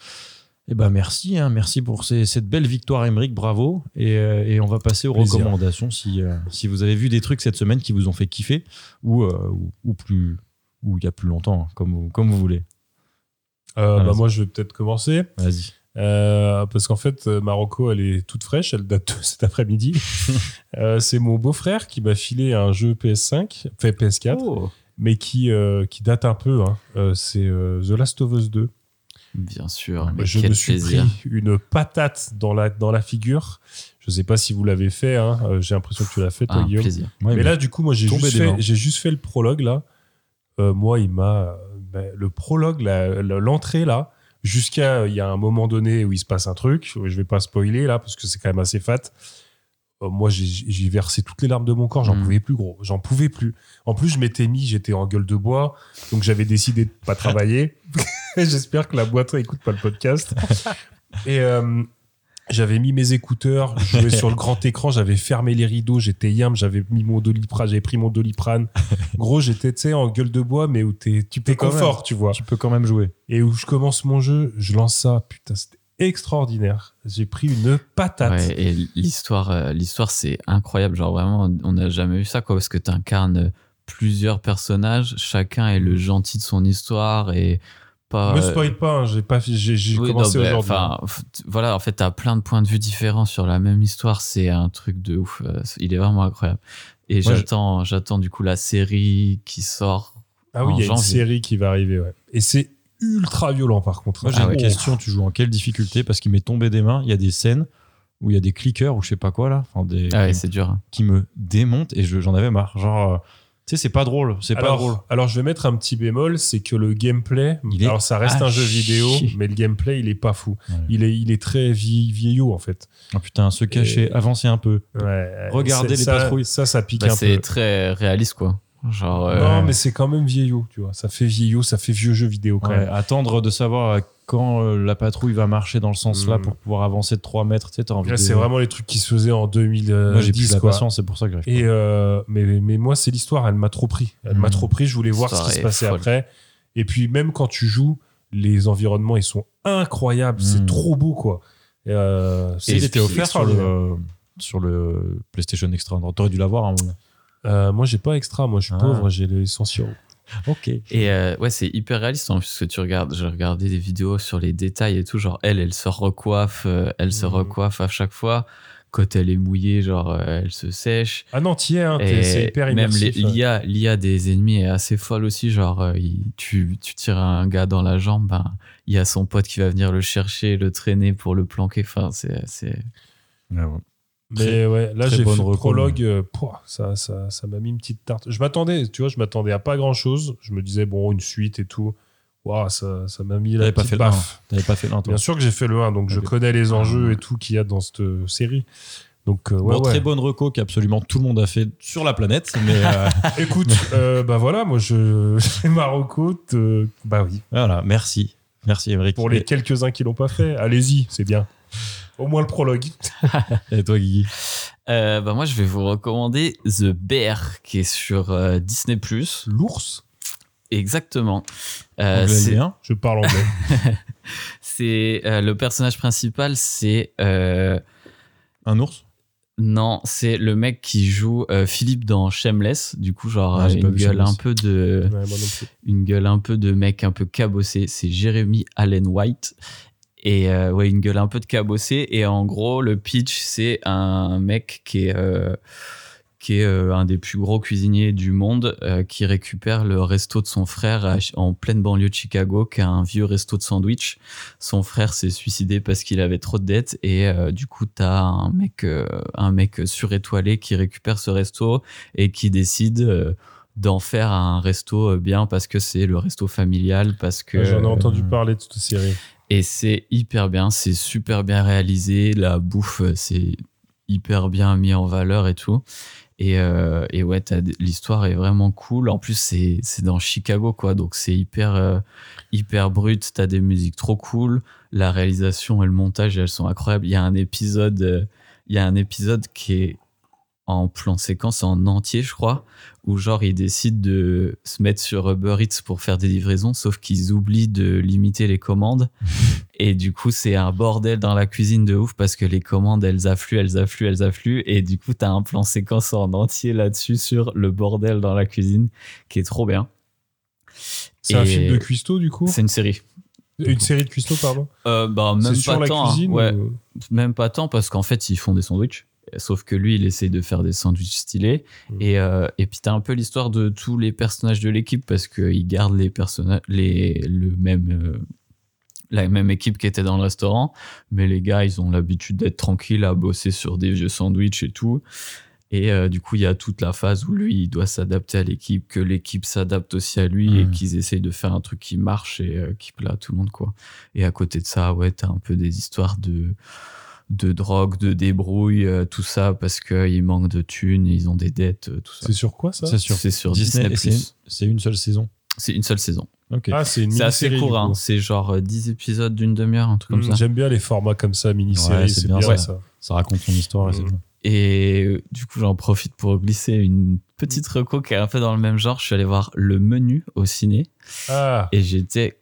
Eh ben merci, hein, merci pour ces- cette belle victoire, Émeric, bravo. Et, euh, et on va passer aux Plaisir. recommandations. Si, euh, si vous avez vu des trucs cette semaine qui vous ont fait kiffer, ou, euh, ou, ou plus, ou il y a plus longtemps, hein, comme vous, comme vous voulez. Euh, bah, Ah, Vas-y. moi, je vais peut-être commencer. Vas-y. Euh, parce qu'en fait, euh, Marocco, elle est toute fraîche, elle date de cet après-midi. Euh, c'est mon beau-frère qui m'a filé un jeu PS5, enfin PS4, Oh. mais qui, euh, qui date un peu. hein. Euh, c'est euh, The Last of Us 2. Bien sûr. mais Ah, je quel me suis plaisir. pris une patate dans la, dans la figure. Je sais pas si vous l'avez fait, hein. Euh, j'ai l'impression que tu l'as fait, toi, Ah, Guillaume. plaisir. mais, Ouais, mais là, du coup, moi, j'ai tombé juste, des fait- mains. j'ai juste fait le prologue, là. Euh, moi, il m'a. euh, ben, le prologue, la- la- l'entrée, là, jusqu'à. euh, Il y a un moment donné où il se passe un truc. Je vais pas spoiler, là, parce que c'est quand même assez fat. Euh, Moi, j'ai- j'ai versé toutes les larmes de mon corps, j'en Hmm. Mm. pouvais plus, gros. J'en pouvais plus. En plus, je m'étais mis, j'étais en gueule de bois, donc j'avais décidé de pas travailler. J'espère que la boîte écoute pas le podcast. Et euh, j'avais mis mes écouteurs, je jouais sur le grand écran, j'avais fermé les rideaux, j'étais yam, j'avais mis mon doliprane, j'avais pris mon doliprane. Gros, j'étais, tu sais, en gueule de bois, mais où t'es, tu t'es quand même. confort, tu vois tu peux quand même jouer. et où je commence mon jeu, je lance ça. Putain, c'était extraordinaire. J'ai pris une patate. Ouais, et l'histoire, euh, l'histoire, c'est incroyable. Genre vraiment, on n'a jamais eu ça, quoi, parce que tu incarnes plusieurs personnages, chacun est le gentil de son histoire et pas. Me euh, Mm. spoil pas, hein, j'ai pas, fi- j'ai j'ai oui, commencé non, mais, aujourd'hui. hein. enfin, f- t- voilà, en fait, t'as plein de points de vue différents sur la même histoire. C'est un truc de ouf. euh, c'est- Il est vraiment incroyable. Et Moi, je- j'attends, j'attends du coup la série qui sort. ah oui, en il y a une janvier. série qui va arriver, ouais. Et c'est ultra violent par contre. Moi, j'ai Ah une ouais. question. Tu joues en quelle difficulté Parce qu'il m'est tombé des mains. Il y a des scènes où il y a des clickers ou je sais pas quoi là, enfin, des, Ah ouais, qui, c'est dur. qui me démontent et je- j'en avais marre. Genre, euh, tu sais, c'est pas drôle. C'est pas alors, drôle. alors, je vais mettre un petit bémol, c'est que le gameplay, Il est alors ça reste à un jeu vidéo, chier. mais le gameplay, il est pas fou. Ouais. Il, est, il est très vie- vieillot en fait. Oh putain, se cacher, avancer un peu. Ouais, Regardez c'est- les ça- patrouilles. Ça, ça pique Bah, un c'est peu. très réaliste, quoi. Genre. euh, Non, mais c'est quand même vieillot, tu vois. Ça fait vieillot, ça fait vieux jeu vidéo quand Ouais, même. Attendre de savoir euh, quand euh, la patrouille va marcher dans le sens là Mm. pour pouvoir avancer de 3 mètres. Tu sais, t'as envie Là, de- c'est vraiment les trucs qui se faisaient en Moi, j'ai plus 2010. la quoi. patience, c'est pour ça que j'arrive. Et euh, mais, mais moi, c'est l'histoire, elle m'a trop pris. Elle m'a Mhm. trop pris, je voulais voir ce L'histoire qui se est passait folle. après. Et puis, même quand tu joues, les environnements, ils sont incroyables. C'est Mhm. trop beau, quoi. Et, euh, Et il était c'est offert sur extraordinaire. le, euh, sur le PlayStation Extra. T'aurais dû l'avoir hein, à un moment. Euh, moi, j'ai pas extra. Moi, je suis Ah. pauvre, j'ai l'essentiel. Ok. Et euh, ouais, c'est hyper réaliste en plus parce que tu regardes. J'ai regardé des vidéos sur les détails et tout. Genre, elle, elle se recoiffe, euh, elle se Mhm. recoiffe à chaque fois. Quand elle est mouillée, genre, euh, elle se sèche. Ah non, t'y es, hein, t'es- Et c'est hyper même les- immersif. l'IA, l'IA des ennemis est assez folle aussi. Genre, euh, il- tu, tu tires un gars dans la jambe, ben, il y a son pote qui va venir le chercher, le traîner pour le planquer. Enfin, c'est, c'est... Ah Mais ouais, là très j'ai fait bonne le reco, prologue, euh, pouah, ça, ça, ça m'a mis une petite tarte. Je m'attendais, tu vois, je m'attendais à pas grand chose. Je me disais, bon, une suite et tout. Waouh, ça, ça m'a mis la T'avais pas petite fait le baffe. 1. T'avais pas fait le 1, toi. Bien sûr que j'ai fait le 1, donc je Allez. connais les enjeux et tout qu'il y a dans cette euh, série. Donc, euh, ouais, Bon, ouais. Très bonne reco qu'absolument tout le monde a fait sur la planète. Mais euh, Écoute, euh, bah voilà, moi je. Marocco, te- bah oui. voilà, merci. Merci, Émeric. Pour les Et- quelques-uns qui l'ont pas fait, allez-y, c'est bien. Au moins le prologue. Et toi, Guigui Euh, ben, moi, je vais vous recommander The Bear qui est sur euh, Disney+. L'ours, Exactement. Oh, Euh, Anglais, c'est- bien. je parle anglais. C'est euh, le personnage principal, c'est euh, Un ours non, c'est le mec qui joue euh, Philippe dans Shameless. Du coup, genre Ah, euh, j'ai pas une vu gueule Shameless. un peu de Ouais, moi non plus. une gueule un peu de mec un peu cabossé. C'est Jeremy Allen White. Et euh, ouais, une gueule un peu de cabossé. Et en gros, le pitch, c'est un mec qui est, euh, qui est euh, un des plus gros cuisiniers du monde, euh, qui récupère le resto de son frère à- en pleine banlieue de Chicago, qui a un vieux resto de sandwich. Son frère s'est suicidé parce qu'il avait trop de dettes. Et euh, du coup, t'as un mec, euh, un mec surétoilé qui récupère ce resto et qui décide. euh, d'en faire un resto euh, bien parce que c'est le resto familial parce que Ah, J'en ai entendu euh, parler de cette série. et c'est hyper bien, c'est super bien réalisé. La bouffe, euh, c'est hyper bien mis en valeur et tout. Et, euh, et ouais, t'as des- l'histoire est vraiment cool. En plus, c'est c'est dans Chicago, quoi. Donc, c'est hyper, euh, hyper brut. T'as des musiques trop cool. La réalisation et le montage, elles sont incroyables. Il y a un épisode, euh, il y a un épisode qui est en plan séquence en entier, je crois, où genre ils décident de se mettre sur Uber Eats pour faire des livraisons, sauf qu'ils oublient de limiter les commandes. Et du coup, c'est un bordel dans la cuisine de ouf parce que les commandes, elles affluent, elles affluent, elles affluent. Et du coup, t'as un plan séquence en entier là-dessus sur le bordel dans la cuisine qui est trop bien. C'est un film de cuistot, du coup C'est une série. Une série de cuistots, pardon Euh, bah, même C'est pas sur la tant. hein. cuisine Ouais. ou- Même pas tant parce qu'en fait, ils font des sandwichs. Sauf que lui, il essaye de faire des sandwichs stylés. Mm. Et, euh, et puis, t'as un peu l'histoire de tous les personnages de l'équipe parce qu'ils gardent les personnages, les, le même, euh, la même équipe qui était dans le restaurant. Mais les gars, ils ont l'habitude d'être tranquilles à bosser sur des vieux sandwichs et tout. Et euh, du coup, il y a toute la phase où lui, il doit s'adapter à l'équipe, que l'équipe s'adapte aussi à lui et qu'ils essayent de faire un truc qui marche et euh, qui plaît à tout le monde, quoi. Et à côté de ça, ouais, t'as un peu des histoires de, de drogue, de débrouille, euh, tout ça, parce qu'ils manquent de thunes, ils ont des dettes, euh, tout ça. C'est sur quoi, ça C'est sur, Disney. Disney, et c'est Plus. une- c'est une seule saison. C'est une seule saison. Ok. Ah, c'est une assez mini-série, court, du hein. coup. c'est genre euh, 10 épisodes d'une demi-heure, un truc comme Mm, ça. J'aime bien les formats comme ça, mini-série, Ouais, c'est bien, ouais. ça. Ça raconte son histoire et c'est bon. Et euh, du coup, j'en profite pour glisser une petite reco qui est un peu dans le même genre. Je suis allé voir le menu au ciné. Ah. Et j'étais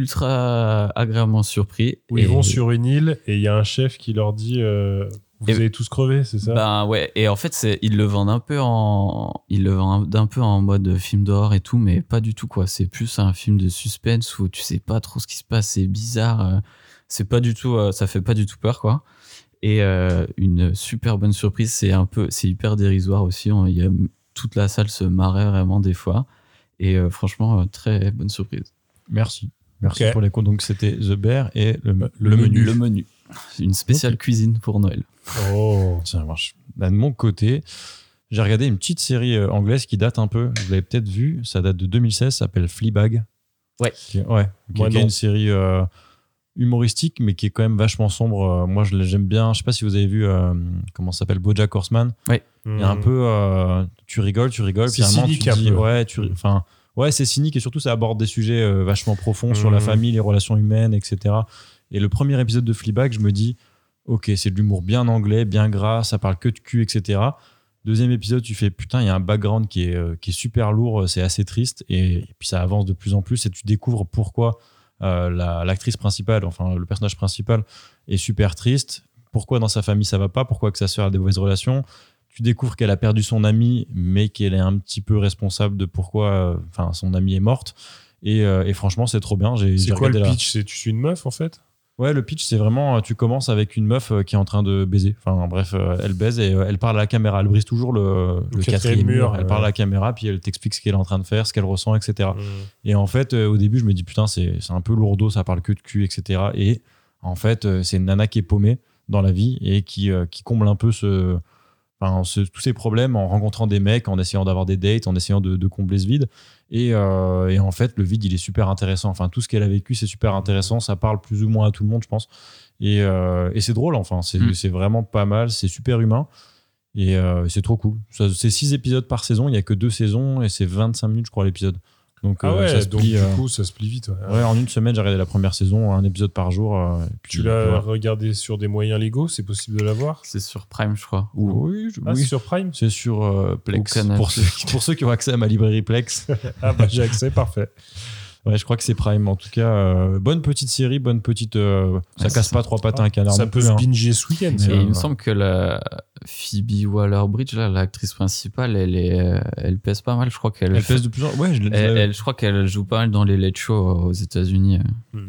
ultra agréablement surpris. Où ils Et- vont sur une île et il y a un chef qui leur dit euh, Vous Et- avez tous crevé, c'est ça Bah. Ben ouais, et en fait, c'est- ils le vendent un peu en, ils le vendent un peu en mode film d'horreur et tout, mais pas du tout quoi. C'est plus un film de suspense où tu sais pas trop ce qui se passe, c'est bizarre. euh, C'est pas du tout, euh, ça fait pas du tout peur quoi. Et euh, une super bonne surprise, c'est un peu, c'est hyper dérisoire aussi. on- il y a, toute la salle se marrait vraiment des fois. Et euh, franchement, euh, très bonne surprise. Merci. Merci Ok. pour les cours. Donc c'était The Bear et le, le, menu. Le menu. Une spéciale cuisine pour Noël. Oh. Ça marche. Bah, de mon côté, j'ai regardé une petite série euh, anglaise qui date un peu. Vous l'avez peut-être vu. Ça date de 2016. Ça s'appelle Fleabag. Ouais. Qui, ouais. Qui, Moi, qui est non. une série euh, humoristique, mais qui est quand même vachement sombre. Euh, Moi, je l'ai- j'aime bien. Je sais pas si vous avez vu euh, comment ça s'appelle BoJack Horseman. Ouais. Et un peu, euh, tu rigoles, tu rigoles. Hmm. C'est Finalement, cynique tu un dis, peu. ouais, tu, enfin, ouais, c'est cynique et surtout ça aborde des sujets euh, vachement profonds sur la Mhm. famille, les relations humaines, etc. Et le premier épisode de Fleabag, je me dis, ok, c'est de l'humour bien anglais, bien gras, ça parle que de cul, etc. Deuxième épisode, tu fais putain, il y a un background qui est, euh, qui est super lourd, euh, c'est assez triste, et, et puis ça avance de plus en plus, et tu découvres pourquoi euh, la- l'actrice principale, enfin le personnage principal, est super triste, pourquoi dans sa famille ça va pas, pourquoi que sa sœur a des mauvaises relations. Tu découvres qu'elle a perdu son ami, mais qu'elle est un petit peu responsable de pourquoi euh, enfin son amie est morte. Et, euh, et franchement, c'est trop bien. J'ai C'est j'ai quoi regardé le la- pitch C'est tu suis une meuf en fait Ouais, le pitch, c'est vraiment, euh, tu commences avec une meuf euh, qui est en train de baiser. Enfin, bref, euh, elle baise et euh, elle parle à la caméra. Elle brise toujours le, le quatrième mur. Elle ouais. parle à la caméra, puis elle t'explique ce qu'elle est en train de faire, ce qu'elle ressent, etc. Hmm. Et en fait, euh, au début, je me dis, putain, c'est c'est un peu lourdeau, ça parle que de cul, etc. Et en fait, euh, c'est une nana qui est paumée dans la vie et qui, euh, qui comble un peu ce, enfin, ce- tous ces problèmes en rencontrant des mecs, en essayant d'avoir des dates, en essayant de, de combler ce vide. Et, euh, et en fait, le vide, il est super intéressant. Enfin, tout ce qu'elle a vécu, c'est super intéressant. Ça parle plus ou moins à tout le monde, je pense. Et, euh, et c'est drôle, enfin, c'est Mm. c'est vraiment pas mal, c'est super humain. Et euh, c'est trop cool. Ça- C'est 6 épisodes par saison, il n'y a que deux saisons et c'est 25 minutes, je crois, l'épisode. Donc, Ah euh, ouais, ça se donc plie, du euh, coup ça se plie vite. ouais. ouais, en une semaine, j'ai regardé la première saison, un épisode par jour. euh, et puis, Tu l'as voilà. regardé sur des moyens légaux C'est possible de l'avoir C'est sur Prime, je crois. Ou, Oui, je- Ah, oui. c'est sur Prime C'est sur euh, Plex. Ou Canal+. Pour ceux, pour ceux qui ont accès à ma librairie Plex. Ah bah j'ai accès, parfait. Ouais, je crois que c'est Prime. En tout cas, euh, bonne petite série, bonne petite. euh, ça Ouais, casse c'est pas trois pattes à un canard. ça non peut plus, se hein. binger ce week-end. Mais, Et euh, il me voilà. semble que la Phoebe Waller-Bridge, là, l'actrice principale, elle est, euh, elle pèse pas mal. Je crois qu'elle, Elle pèse de plus en ouais, je l'ai- je elle- l'avais- elle- je crois qu'elle joue pas mal dans les late shows euh, aux États-Unis.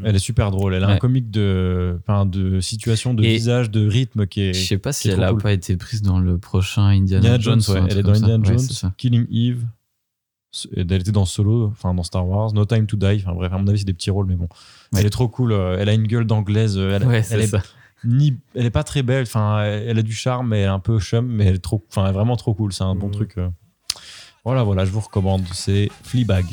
Elle est super drôle. Elle a un Ouais. comique de, enfin, de situation, de Et- visage, de rythme qui est. Je sais pas c'est si elle trop a cool. pas été prise dans le prochain Indiana, Indiana Jones, ou un ouais. Elle truc est dans comme ça. Indiana Ouais, Jones, c'est ça. Killing Eve. S- Elle était dans Solo, enfin dans Star Wars, No Time to Die. Enfin bref, à mon avis, c'est des petits rôles, mais bon. Ouais. Elle est trop cool. euh, Elle a une gueule d'anglaise. euh, Elle, Ouais, elle c'est est ça. ni, elle est pas très belle. Enfin, elle elle a du charme, mais elle est un peu chum, mais elle est trop, enfin, elle est vraiment trop cool. C'est un bon Mhm. truc. euh. Voilà, voilà, je vous recommande. C'est Fleabag.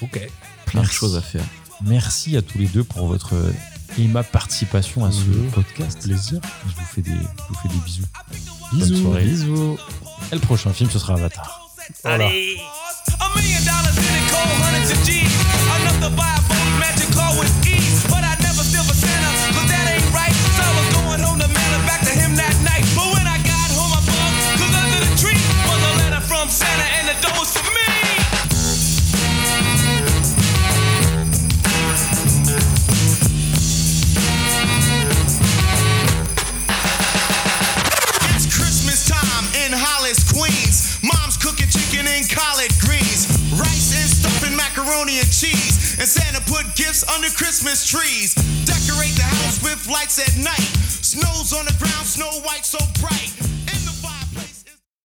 Ok. Plein de Merci. choses à faire. Merci à tous les deux pour votre euh, aimable participation à ce Mhm. podcast. Plaisir. Je vous fais des, je vous fais des bisous. Bisous. Bonne soirée. Bisous. Et le prochain film, ce sera Avatar. A million dollars in it, cold hundreds of G's. Enough to buy a phone, magic car with ease. But I never silver Santa, cause that ain't right. So I was going home to mail it back to him that night. But when I got home, I bugged macaroni and cheese. And Santa put gifts under Christmas trees. Decorate the house with lights at night. Snow's on the ground, snow white so bright.